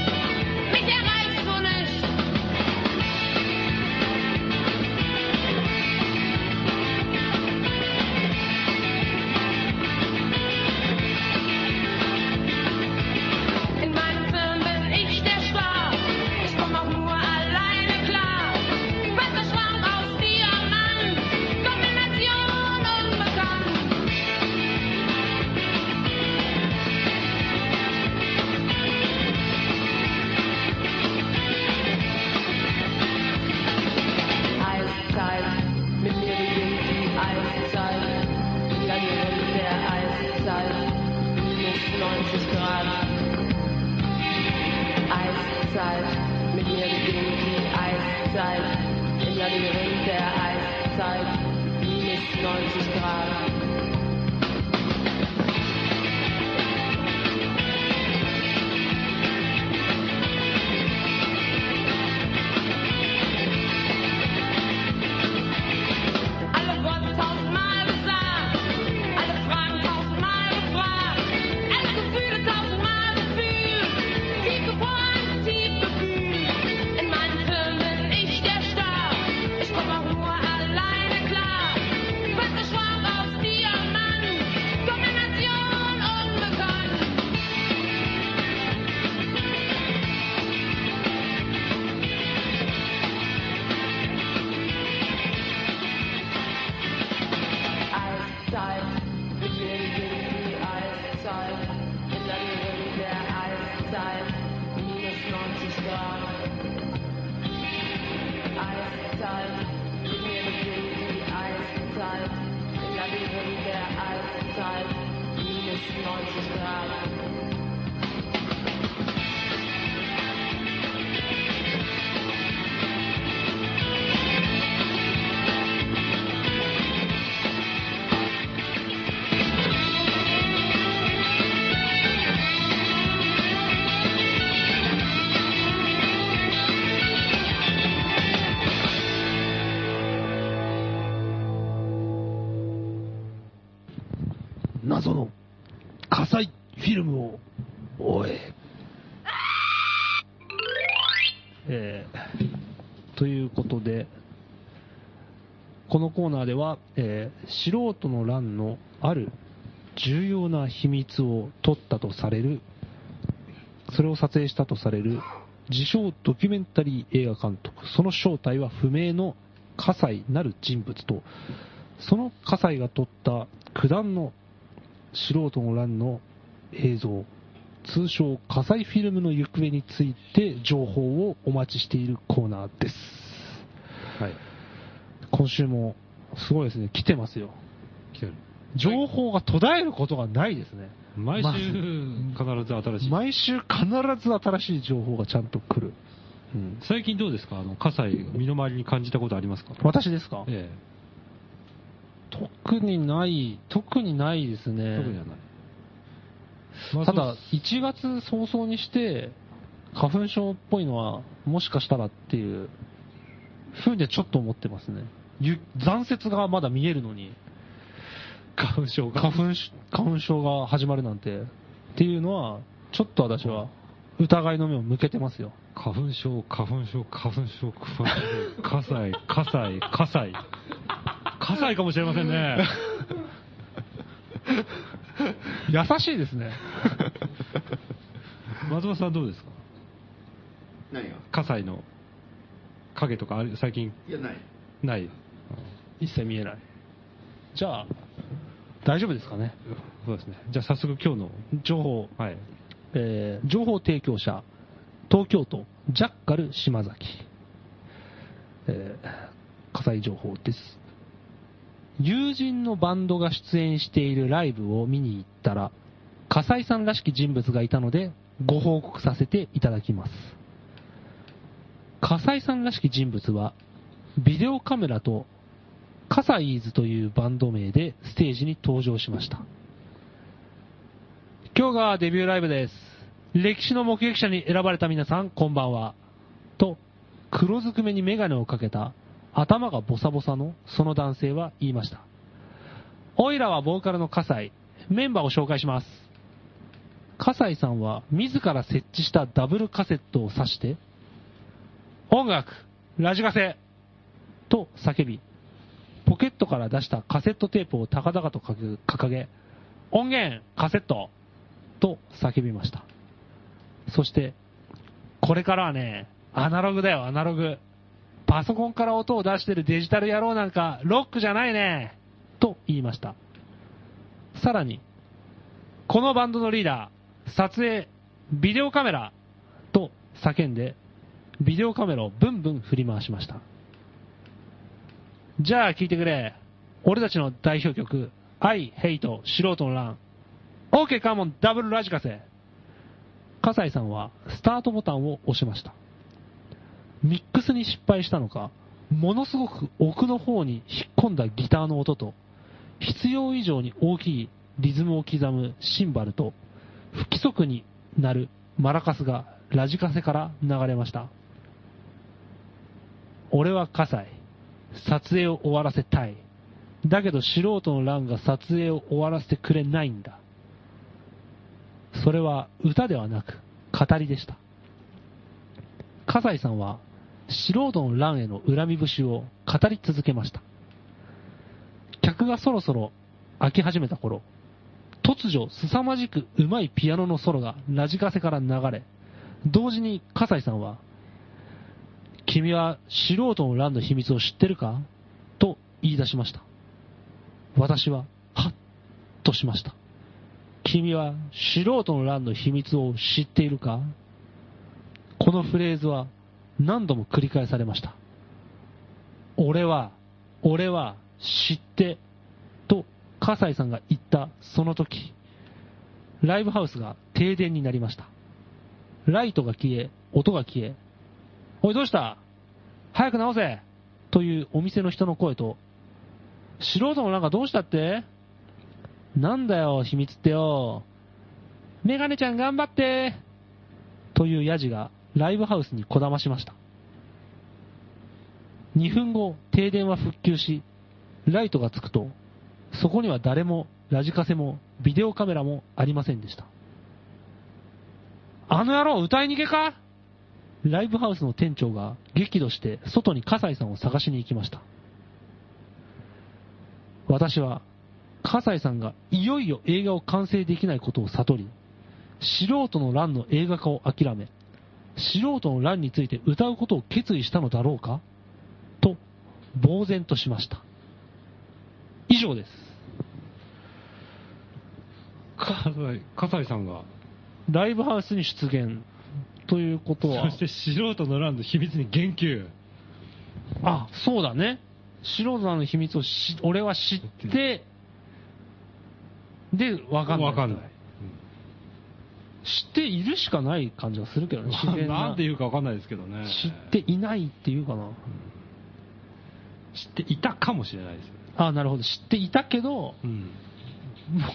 S7: Zeit, im Labyrinth der Eiszeit, minus 90 Grad.
S6: Alle wurden tausendmal gesagt, alle Fragen tausendmal gefragt, alle Gefühle tausendmal gefühlt, tief geboren, tief gefühlt. In meinen Filmen bin ich der Star, ich komme auch nur alleine klar. Weißer Schwab aus Diamant, Kombination unbekannt.
S7: Eiszeit, wir sind die Eiszeit, im Labyrinth der Eiszeit, minus 90 Grad. Eiszeit, wir sind die Eiszeit, im Labyrinth der Eiszeit, minus 90 Grad.
S2: 謎の火災フィルムを終え。えーということで、このコーナーでは、えー素人の乱のある重要な秘密を取ったとされる、それを撮影したとされる、自称ドキュメンタリー映画監督、その正体は不明の葛西なる人物と、その葛西が撮った九段の素人の乱の映像、通称火災フィルムの行方について情報をお待ちしているコーナーです。
S1: はい。
S2: 今週もすごいですね、来てますよ。
S1: 来てる。
S2: 情報が途絶えることがないですね。
S1: 毎週、
S2: まあ
S1: 必ず新しい。
S2: 毎週必ず新しい情報がちゃんと来る。うん、
S1: 最近どうですかあの、火災、身の回りに感じたことありますか
S2: 私ですか、
S1: え
S2: 特にない、特にないです
S1: え。
S2: ね。
S1: 特にはない。まあ
S2: た
S1: そう
S2: だ
S1: です、
S2: 1月早々にして、花粉症っぽいのは、もしかしたらっていう、ふうにはちょっと思ってますね。ゆ残雪がまだ見えるのに、
S1: 花粉症が。
S2: 花粉し、花粉症が始まるなんて、っていうのは、ちょっと私は、疑いの目を向けてますよ。
S1: 花粉症、花粉症、花粉症、花粉症、火災、火災、火災。火災かもしれませんね。
S2: 優しいですね。
S1: 松本さんどうですか
S8: 何が
S1: 火災の影とかある、最近
S8: いや、ない。
S1: ない。
S2: 一切見えない。じゃあ、大丈夫ですかね。
S1: そうですね。じゃあ早速今日の、
S2: 情報。
S1: はい。
S2: えー情報提供者、東京都ジャッカル島崎、えー火災情報です。友人のバンドが出演しているライブを見に行ったら、火災さんらしき人物がいたので、ご報告させていただきます。火災さんらしき人物は、ビデオカメラと、カサイーズというバンド名でステージに登場しました。今日がデビューライブです。歴史の目撃者に選ばれた皆さん、こんばんは。と、黒ずくめにメガネをかけた、頭がボサボサのその男性は言いました。オイラはボーカルの葛西、メンバーを紹介します。葛西さんは自ら設置したダブルカセットを挿して、音楽、ラジカセと叫び、ポケットから出したカセットテープを高々と掲げ、音源、カセットと叫びました。そして、これからはね、アナログだよ、アナログ。パソコンから音を出してるデジタル野郎なんか、ロックじゃないねと言いました。さらに、このバンドのリーダー、撮影、ビデオカメラと叫んで、ビデオカメラをブンブン振り回しました。じゃあ聞いてくれ。俺たちの代表曲、I Hate 素人の乱。OK カモンダブルラジカセ。葛西さんはスタートボタンを押しました。ミックスに失敗したのか、ものすごく奥の方に引っ込んだギターの音と、必要以上に大きいリズムを刻むシンバルと、不規則になるマラカスがラジカセから流れました。俺は葛西。撮影を終わらせたい。だけど素人のランが撮影を終わらせてくれないんだ。それは歌ではなく、語りでした。葛西さんは、素人のランへの恨み節を語り続けました。客がそろそろ飽き始めた頃、突如、凄まじくうまいピアノのソロがラジカセから流れ、同時に葛西さんは、君は素人の乱の秘密を知ってるかと言い出しました。私は、はっとしました。君は素人の乱の秘密を知っているかこのフレーズは何度も繰り返されました。俺は、俺は知って、と葛西さんが言ったその時、ライブハウスが停電になりました。ライトが消え、音が消え、おいどうした早く直せというお店の人の声と、素人のなんかどうしたってなんだよ、秘密ってよ。メガネちゃん頑張ってというヤジがライブハウスにこだましました。2分後、停電は復旧し、ライトがつくと、そこには誰も、ラジカセも、ビデオカメラもありませんでした。あの野郎、歌い逃げかライブハウスの店長が激怒して外に葛西さんを探しに行きました。私は、葛西さんがいよいよ映画を完成できないことを悟り、素人の乱の映画化を諦め、素人の乱について歌うことを決意したのだろうかと、呆然としました。以上です。
S1: 葛西葛西さんが、
S2: ライブハウスに出現ということは
S1: そし、て素人のランの秘密に言及。
S2: あ、そうだね。素人の秘密をし俺は知って、で、わかんない。
S1: わかんない。
S2: 知っているしかない感じがするけどね、自
S1: うん
S2: 然な。
S1: なんて言うかわかんないですけどね。
S2: 知っていないっていうかな。
S1: 知っていたかもしれないですよね。
S2: あなるほど。知っていたけど、も
S1: うん。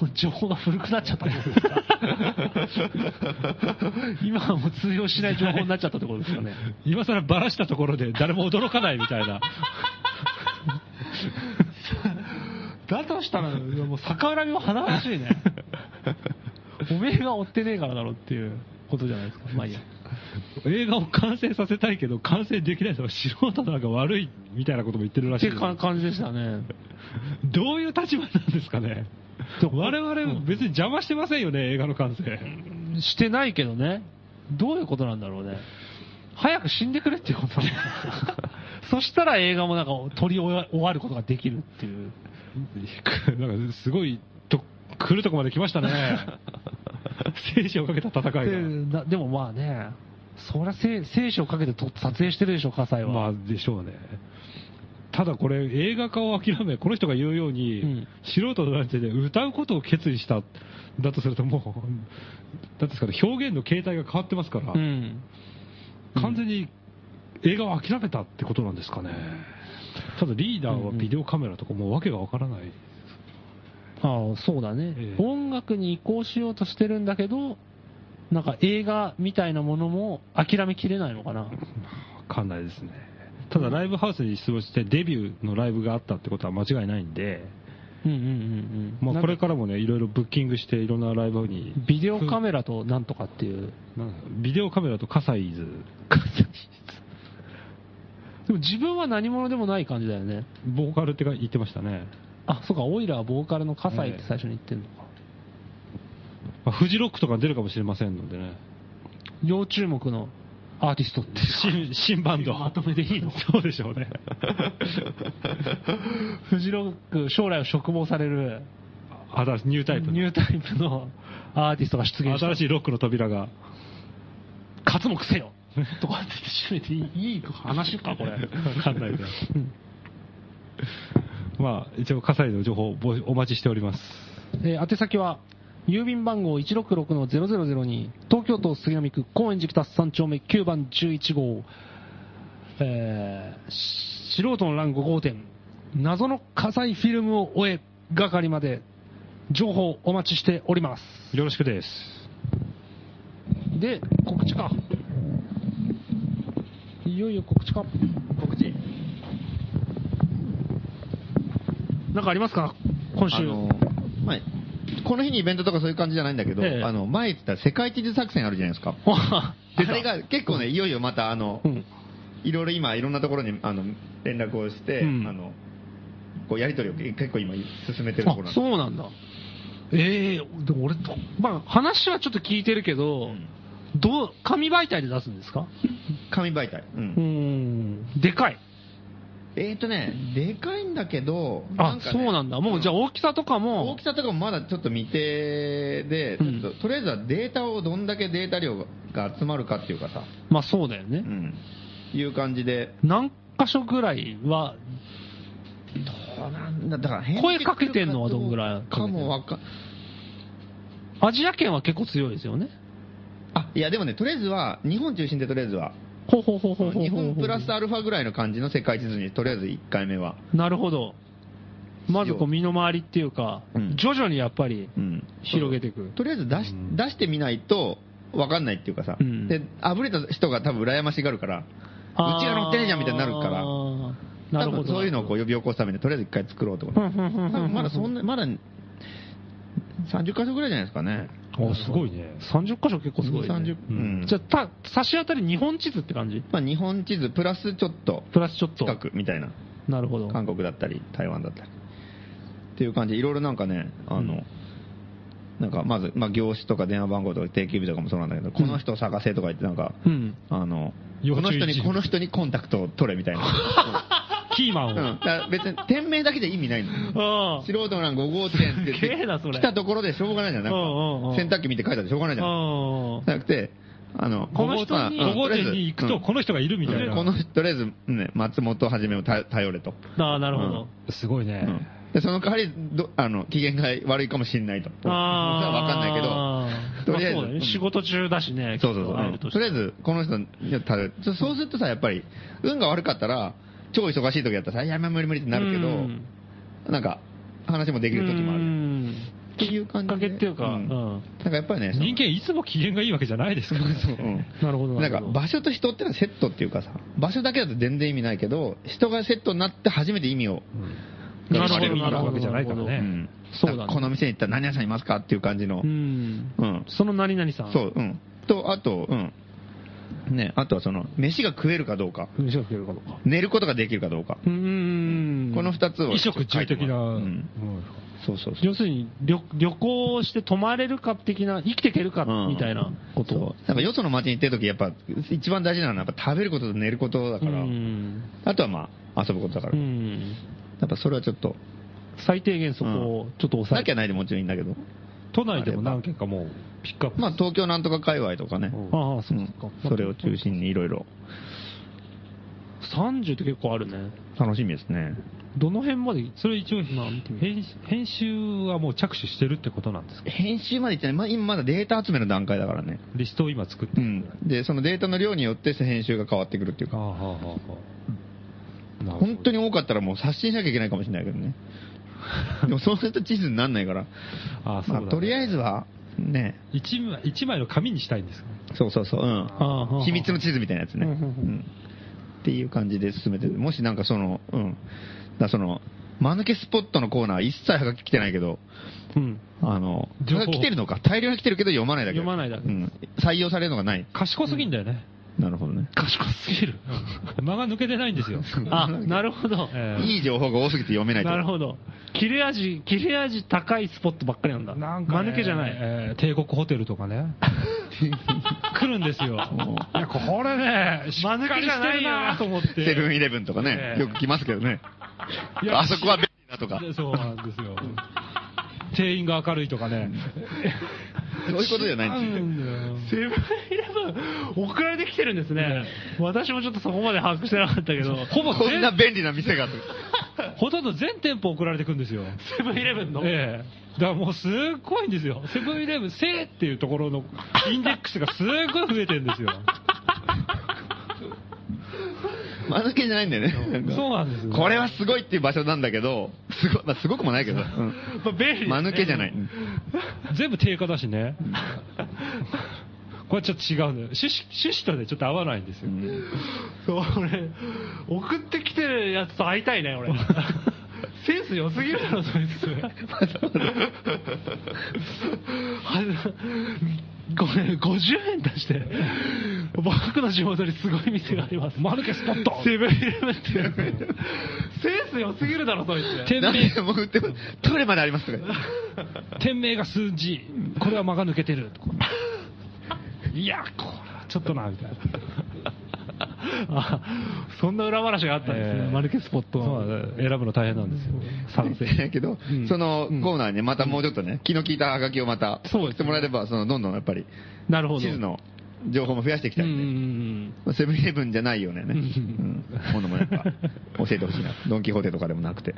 S2: う情報が古くなっちゃったってことです か今はもう通用しない情報になっちゃったってことですかね。
S1: 今更ばらしたところで誰も驚かないみ たいな。
S2: だとしたら、いやもう逆恨みも甚だしいね。おめえが追ってねえからだろっていうことじゃないですか。まあいいや。
S1: 映画を完成させたいけど、完成できないのは素人なんか悪いみたいなことも言ってるら
S2: っ
S1: してい。
S2: いうか感じでしたね。
S1: どういう立場なんですかね。我々別に邪魔してませんよね、映画の完成。
S2: してないけどね。どういうことなんだろうね。早く死んでくれっていうことなんだ そしたら映画もなんか取り終わ終わることができるっていう。
S1: なんかすごいと、来るとこまで来ましたね。 生死をかけた戦いが。
S2: でなでもまあね、そりゃ生生死をかけてと撮影してるでしょ、葛西は。
S1: まあでしょうね。ただこれ映画化を諦め、この人が言うように、
S2: うん
S1: 素人のなんてで歌うことを決意した、だとするともう、なんていうんですかね、表現の形態が変わってますから、
S2: うん。
S1: 完全に映画を諦めたってことなんですかね。ただリーダーはビデオカメラとかもう訳がわからない。
S2: ああ、そうだね、
S1: ええ
S2: 音楽に移行しようとしてるんだけど、なんか映画みたいなものも諦めきれないのかな。
S1: わかんないですね。ただライブハウスに出没してデビューのライブがあったってことは間違いないんで、
S2: うんうんうんうん。
S1: まあこれ
S2: か
S1: からもね、いろいろブッキングしていろんなライブに、
S2: ビデオカメラとなんとかっていう。
S1: なんビデオカメラとカサイズ
S2: でも自分は何者でもない感じだよね。
S1: ボーカルって言ってましたね。
S2: あ、そうか、オイラはボーカルの葛西って最初に言ってるのか。
S1: まあ、フジロックとか出るかもしれませんのでね。
S2: 要注目のアーティスト って。
S1: 新、新バンド。まとめでいいのそうでしょうね。
S2: フジロック、将来を嘱望される
S1: 新しい、ニュータイプの
S2: ニュータイプのアーティストが出現した
S1: 新。しいロックの扉が。
S2: 勝つもくせよ とかって言って締めていいいい話か、これ。
S1: わかんない けど。まあ、一応、火災の情報を募お待ちしております。
S2: えー宛先は、郵便番号166-0002、東京都杉並区高円寺北3丁目9番11号、えー素人のランク5点、謎の火災フィルムを終え、係まで情報お待ちしております。
S1: よろしくです。
S2: で、告知か。いよいよ告知か。
S3: 告知。
S2: なんかありますか今週。
S3: あの、まあこの日にイベントとかそういう感じじゃないんだけど、
S2: ええ
S3: あの、前言ってた世界地図作戦あるじゃないですか。あ
S2: 出た
S3: れが結構ね、いよいよまたあの、
S2: うん
S3: いろいろ今、いろんなところにあの連絡をして、
S2: うん
S3: あのこうやり取りを結構今、進めてるところなん
S2: あ
S3: で
S2: そうなんだ。ええでも俺と、まあ、話はちょっと聞いてるけど、
S3: ん
S2: どう、紙媒体で出すんですか
S3: 紙媒体、うん
S2: うーん、でかい。
S3: えーとね、でかいんだけど、か
S2: あ、
S3: ね
S2: そうなんだ。もう、じゃあ大きさとかも
S3: 大き、さとかもまだちょっと未定で、
S2: うん
S3: ちょっととりあえずはデータをどんだけデータ量が集まるかっていうかさ、
S2: まあそうだよ
S3: う
S2: ね。
S3: ん、いう感じで、
S2: 何箇所ぐらいは、
S3: どうなんだだから返事
S2: 声かけてんのはどんぐらいかけてん
S3: か
S2: の
S3: もわかん
S2: アジア圏は結構強いですよね。
S3: あいやでもね、とりあえずは、日本中心でとりあえずは、
S2: ほうほうほうほうほうほうほう
S3: 日本プラスアルファぐらいの感じの世界地図に、とりあえず1回目は。
S2: なるほど。まずこう身の回りっていうか、
S3: うん
S2: 徐々にやっぱり
S3: うん
S2: 広げていく。
S3: とりあえず出し出してみないと分かんないっていうかさ、
S2: うん
S3: であぶれた人が多分羨ましがるから、
S2: あー
S3: うちが乗ってねえじゃんみたいになるから、
S2: な
S3: 多
S2: る
S3: 分
S2: ほど。
S3: そういうのをこう呼び起こすために、とりあえず1回作ろうと思って、多分まだそんな、まだ30箇所ぐらいじゃないですかね、
S1: あ、すごいね。
S2: 30箇所結構すごい、ね。
S3: 30うん
S2: じゃあ、た、差し当たり日本地図って感じ
S3: まあ、日本地図プラスちょっと
S2: プラスちょっと。
S3: 近くみたいな、
S2: なるほど。
S3: 韓国だったり、台湾だったりっていう感じで、いろいろなんかね、あの、
S2: うん
S3: なんかまず、まあ、業種とか電話番号とか定休日とかもそうなんだけど、この人を探せとか言って、なんか、
S2: うん。
S3: あの、
S1: 要
S3: この人
S1: 注意事
S3: に、
S1: 項
S3: この人にコンタクトを取れみたい な。
S1: キーマ
S3: うん。
S1: ンを。
S3: だから別に、店名だけで意味ないの。
S2: ああ
S3: 素。人なんか5号店って言っ
S2: すげえなそ
S3: て、
S2: れ
S3: 来たところでしょうがないじゃん。なん
S2: うんうんうん
S3: か、洗濯機見て書いたでしょうがないじゃん。
S2: あ
S3: じゃなくて、あの、
S2: この人に
S1: 5号店に行くと、こ
S3: の
S1: の人がいるみたいな。
S3: この人、とりあえず、ね、松本はじめを頼頼れと。
S2: あ。ああ、なるほど。
S1: すごいね
S3: う。んで、その代わり、どあの、機嫌が悪いかもしれないと。それはわかんないけど、と
S2: と
S3: り
S2: りあ
S3: あえ
S2: え
S3: ず
S2: ず。まあそうだよね仕事中だしね。
S3: そうそうそう。
S2: 会え
S3: う
S2: る
S3: ん
S2: と
S3: とりあえず、この人に頼る。ちょそうするとさ、やっぱり、運が悪かったら、超忙しい時だったらさ、いや、無理無理ってなるけ
S2: うん
S3: ど、なんか、話もできる時もあ
S2: う
S3: る。
S2: ん
S3: っていう
S2: き
S3: 感
S2: っ
S3: じ
S2: か
S3: で。
S2: けっていうか、
S3: んなん
S2: うん
S3: かやっぱりね、その
S1: 人間いつも機嫌がいいわけじゃないですからね。
S3: うん
S2: なるほど。
S3: なん
S2: る
S3: か
S2: ほど
S3: 場所と人ってのはセットっていうかさ、場所だけだと全然意味ないけど、人がセットになって初めて意味を、
S2: なるほ
S1: 生ま
S2: ど
S1: れる意味があるわけじゃないから
S2: なるほど
S1: ね。
S3: うん
S2: そうだね
S3: からこの店に行ったら何屋さんいますかっていう感じの、
S2: うん。
S3: うん
S2: その何々さん。
S3: そう、うん。と、あと、うん。ね、あとはその、飯が食えるかどうか、
S2: 飯が食えるかどうか。
S3: 寝ることができるかどうか、
S2: うーん。
S3: この二つを。
S1: 衣食住的な。
S3: う
S1: うんん
S3: そうそうそう。
S2: 要するに旅旅行して泊まれるか的な、生きていけるか
S3: うん
S2: みたいなこと。
S3: そうなんかよその街に行ってるとき、やっぱ、一番大事なのはやっぱ食べることと寝ることだ
S2: う
S3: から、
S2: ん
S3: あとはまあ、遊ぶことだから、
S2: う
S3: やっ
S2: ん
S3: ぱそれはちょっと、
S2: 最低限そこをちょっと抑え
S3: なき
S2: て、
S3: ゃないでもちろんいいんだけど、
S1: 都内でも何軒かもうピックアップ。
S3: まあ東京なんとか界隈とかね、
S1: うん
S2: ああ、そうですか、
S3: それを中心にいろいろ
S2: 30って結構あるね。
S3: 楽しみですね。
S2: どの辺まで
S1: それ一応、
S2: まあ見てみよ
S1: 編編集はもう着手してるってことなんですか
S3: 編集までいってない、まあ、今まだデータ集めの段階だからね。
S1: リストを今作って
S3: う
S1: る
S3: ん。で、そのデータの量によって編集が変わってくるっていう
S1: あ
S3: か、
S1: あ、はあ、はあ、はあ。
S3: 本当
S1: に。
S3: に多かったらもう刷新しなきゃいけないかもしれないけどね。でもそうすると地図になんないから、
S1: ああ、そ
S3: ま
S1: うだ
S3: あ、
S1: ね
S3: とりあえずは、ね、
S1: 一枚、一枚の紙にしたいんですか
S3: そうそうそう、うん。
S2: ああ
S3: 秘密の地図みたいなやつね。
S2: う
S3: うん
S2: うんうん
S3: んっていう感じで進めてるもしなんかその、うん。だからその、間抜けスポットのコーナー一切はがき来てないけど、
S2: うん。
S3: あの、
S1: 情報
S3: 来てるのか、大量に来てるけど読まないだけ。
S2: 読まないだけ
S3: うん。採用されるのがない。
S1: 賢すぎんだよね。
S3: なるほどね。
S2: 賢すぎる。
S1: 間が抜けてない んですよ。
S2: あ、なるほど。
S1: え
S3: いい情報が多すぎて読めないと
S2: なるほど。切れ味、切れ味高いスポットばっかりなんだ。
S1: なんか、
S2: 間抜けじゃない。
S1: えー帝国ホテルとかね。 来るんですよ。いや、これね、しっかりしてるなと思って。
S3: セブンイレブンとかね
S1: え、え
S3: よく来ますけどね。
S1: いや
S3: あそこは便利だとか。
S1: そうなんですよ。店員が明るいとかね。
S3: そういうことじゃないんですよ。
S2: セブンイレブン、送られてきてるんですね。私もちょっとそこまで把握してなかったけ ど、
S1: ほぼ
S3: こん
S1: 全
S3: な、便利な店がとか。
S1: ほとんど全店舗送られてくるんですよ。
S2: セブンイレブンの。
S1: ええ。だからもうすっごいんですよ。セブンイレブン、せーっていうところのインデックスがすっごい増えてるんですよ。
S3: 間抜けじゃないんだよね。なんか
S2: そうなんですよ
S3: これはすごいっていう場所なんだけど、すご,、まあ、すごくもないけど、うん
S2: まあ便利
S3: 間抜けじゃない。
S1: 全部定価だしね。これちょっと違うんだよ。趣旨、趣旨とね、ちょっと合わないんですよ。
S2: そう俺送ってきてるやつと会いたいね俺 センス良すぎるだろそいつは ごめん50円出して僕の地元にすごい店がありますマルケスポットセブンイレブンっていうセンス良すぎるだろそいつ
S1: 店
S3: な
S1: 名
S3: ん、でもう売っても、トイレまでありますとか
S1: 店名が数字。これは間が抜けてる。とかいや、これはちょっとな、みたいな。
S2: あそんな裏話があったんですね、
S1: えー
S2: マルケスポット
S1: そうなんだ選ぶの大変なんですよ。賛成。
S3: だけど、そのコーナーにまたもうちょっとね、気の利いたハガキをまた
S2: そう
S3: 送
S2: ですね
S3: ってもらえれば、そのどんどんやっぱり、
S2: なるほど
S3: 地図 の情報も増やしていき
S2: う
S3: た
S2: ん
S3: い
S2: うんうん
S3: で、
S2: ん
S3: まあセブンイレブンじゃないようなね、うんものもやっぱ教えてほしいな。ドン・キホーテとかでもな くて。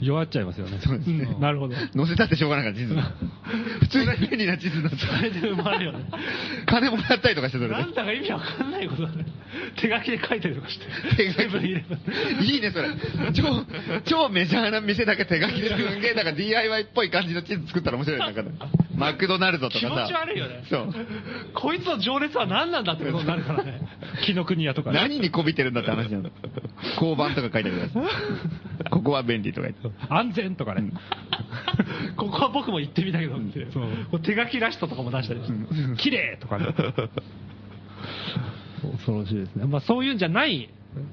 S1: 弱っちゃいますよね。
S3: そうですね。
S2: なるほど
S3: 載せたってしょうがないから、地 図。普通に便利な地図だった。
S2: それで埋まるよね
S3: 金もらったりとかしてそれ
S2: なんだか意味わかんないことだね。手書きで書いたりとかして。
S3: 手書き
S2: セブンイレブン
S3: いいね、それ。超、超メジャーな店だけ手書きですんげえ、なんか DIY っぽい感じの地図作ったら面白いよねなんかねマクドナルドとか
S2: 気
S3: さ。
S2: 持ち悪いよね。
S3: そう。
S2: こいつの情熱は何なんだってことになるから ね。
S1: 紀ノ国屋とかね。
S3: 何にこびてるんだって話なの。交番とか書いてあるから。ここは便利とか言って。
S1: 安全とかね。
S2: ここは僕も行ってみたけどって。
S1: そう
S2: こう手書きラストとかも出したりして。
S1: 綺麗とかね。
S2: 恐ろしいですね。まあそういうんじゃない、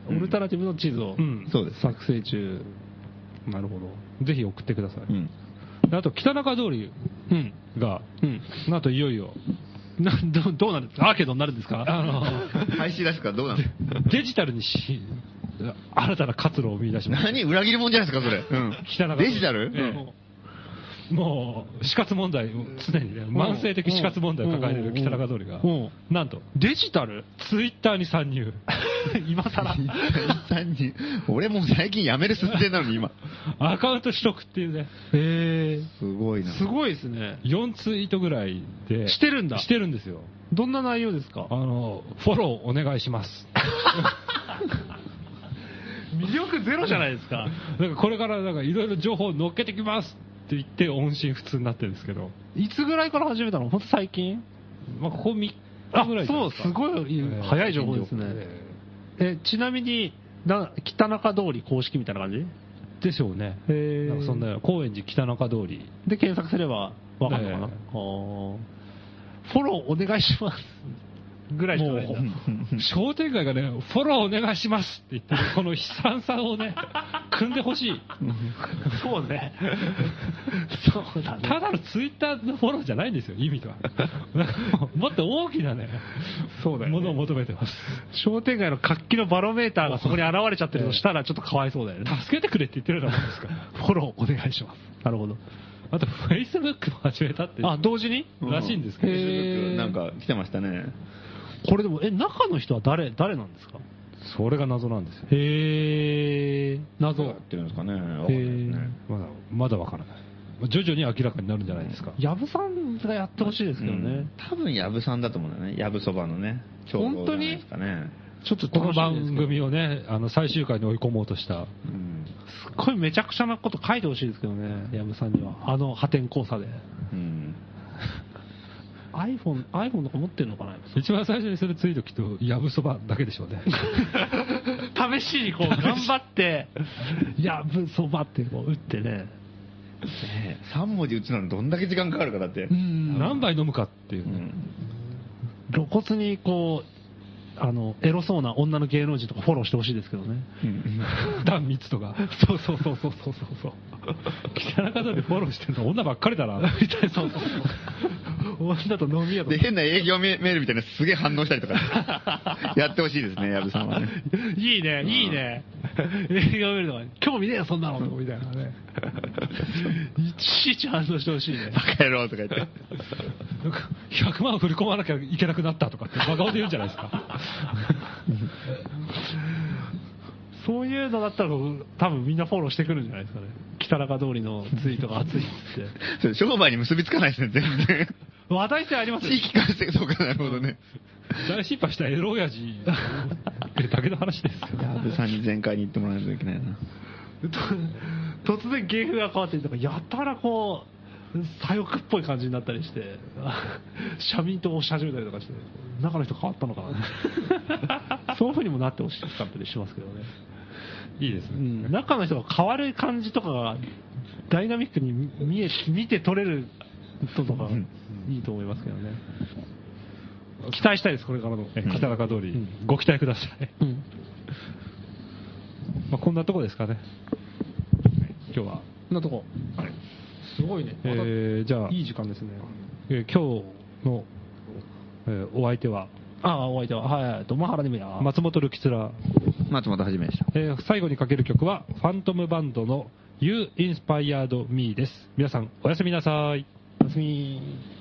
S2: オルタナティブの地図を
S1: うん。
S3: そうです。
S2: 作成中。
S1: なるほど。ぜひ送ってください。
S3: うん。
S1: であと、北中通り
S2: うん。
S1: が、
S2: うん。
S1: なんといよいよ、
S2: などどうなるんですかアーケードになるんですか
S1: あ の、
S3: 配信出すからどうなの
S1: デジタルにし、新たな活路を見出しまし
S3: 何裏切り者じゃないですか、それ。
S1: 北
S3: うん。
S1: 中通り
S3: デジタル
S1: ええ
S3: うん
S1: もう、死活問題を、常にね、慢性的死活問題を抱えている北中通りが
S2: うんうん、
S1: なんと、
S2: デジタル
S1: ツイッターに参入。
S2: 今更。
S3: 単に俺もう最近やめる寸前なのに今。
S1: アカウント取得っていうね、
S2: へえ。
S3: すごいな。
S2: すごいですね。
S1: 4ツイートぐらいで。
S2: してるんだ
S1: してるんですよ。
S2: どんな内容ですか
S1: あの、フォローお願いします。
S2: 魅力ゼロじゃないです か。
S1: なんかこれからなんかいろいろ情報を乗っけてきますって言って音信不通になってるんですけど、
S2: いつぐらいから始めたの本当最近
S1: まあ、ここ3日
S2: あ
S1: ぐらい、じゃな
S2: そ、
S1: いうです
S2: すごい
S1: ええ
S2: 早い情報ですね。
S1: え
S2: え、ちなみに、な北中通り公式みたいな感じ
S1: えでしょうね。
S2: へえ
S1: なんかそんな、高円寺北中通り。
S2: で、検索すればわかるのかな、
S1: ええ
S2: あーフォローお願いします。ぐらいしかないんだ
S1: も 商店街がね、フォローお願いしますって言ってる、この悲惨さ をね、組んでほしい。
S2: そうね。そうだ
S1: た
S2: ね。
S1: だのツイッターのフォローじゃないんですよ、意味 とは。なんかもっと大きなね、
S2: そうだよね
S1: ものを求めてます。
S2: 商店街の活気のバロメーターがそこに現れちゃってるとしたらちょっとかわいそうだよね。
S1: 助けてくれって言ってるようなもんです から。
S2: フォローお願いします。なるほど。
S1: あと、フェイスブックも始めたっていう
S2: あ、同時に
S1: らしいんですけ
S3: う
S1: ど、
S2: へー
S3: なんか来てましたね。
S2: これでも、え、中の人は誰、誰なんですか
S1: それが謎なんですよ。
S2: へえ、謎。
S3: やってるんですかね。わかんない
S2: へ
S3: ですね
S2: ー
S1: まだ、まだわからない。徐々に明らかになるんじゃないですか。
S2: 矢部さんがやってほしいですけどね。
S3: うん多分、やぶさんだと思うんだよね。やぶそばのね。調合じゃないですかね。
S2: ちょっと
S1: この
S2: 楽しみで
S1: 番
S2: すけど
S1: 組をね、あの、最終回に追い込もうとした。
S3: うん
S2: すっごいめちゃくちゃなこと書いてほしいですけどね、矢部さんには。あの破天荒さで。
S3: うん。
S2: iPhone、iPhone とか持ってるのかな
S1: 一番最初にするツイートきっと、やぶそばだけでしょうね。
S2: 試しにこう、頑張って、 矢部そばってこう、打ってね。
S3: ねえ3文字打つのにどんだけ時間かかるかだって。
S1: 何杯飲むかっていう
S3: う
S1: ね。
S3: ん
S2: 露骨にこう、あの、エロそうな女の芸能人とかフォローしてほしいですけど ね。
S1: 断蜜とか。
S2: そうそうそうそうそうそう。
S1: 北中通りフォローしてるの女ばっか りだな。みたいな。
S2: 女と飲み屋とか
S3: で、変な営業メメールみたいなのすげえ反応したりとか、 やってほしいですね、矢部さんはね。
S2: いいね、いいね。映画見るのが、興味ねえよ、そんなのとかみたいなね。いちいち反応してほしいね。
S3: バカ野郎とか言って。
S1: なんか100万振り込まなきゃいけなくなったとかって、真顔で言うんじゃないですか。
S2: そういうのだったら、多分みんなフォローしてくるんじゃないですかね。北中通りのツイートが 熱いっつって。
S3: それ商売に結びつかないですね、全然。
S2: 話題性ありますよ
S3: 地。域活性とかなるほどね。
S1: 大失敗したエロ親父 だけの話ですよ。
S3: 安部さんに全開に行ってもらわないといけないな。
S2: と 突然芸風が変わってなんかやたらこう左翼っぽい感じになったりして 社民党を押し始めたりとかして中の人変わったのか なそういうふうにもなってほしかったりしますけどね、
S1: いいです
S2: う
S1: ね。
S2: ん、中の人が変わる感じとかがダイナミックに見え見て取れる人とかいいと思いますけどね期待したいですこれからの
S1: え片中通り、
S2: うん
S1: ご期待ください。
S2: うん
S1: まあ、こんなとこですかね。今日は。
S2: なとこすごいね、また
S1: えーじゃあ
S2: いい時間ですね
S1: えー今日の、えーお相手は、
S2: ああお相手ははいはいとマハラネムヤ
S1: 松本るきつら。
S3: 松本はじめでした。
S1: えー最後にかける曲は、ファントムバンドの You Inspired Me です。皆さん、おやすみなさい。
S2: おやすみ
S4: Oh.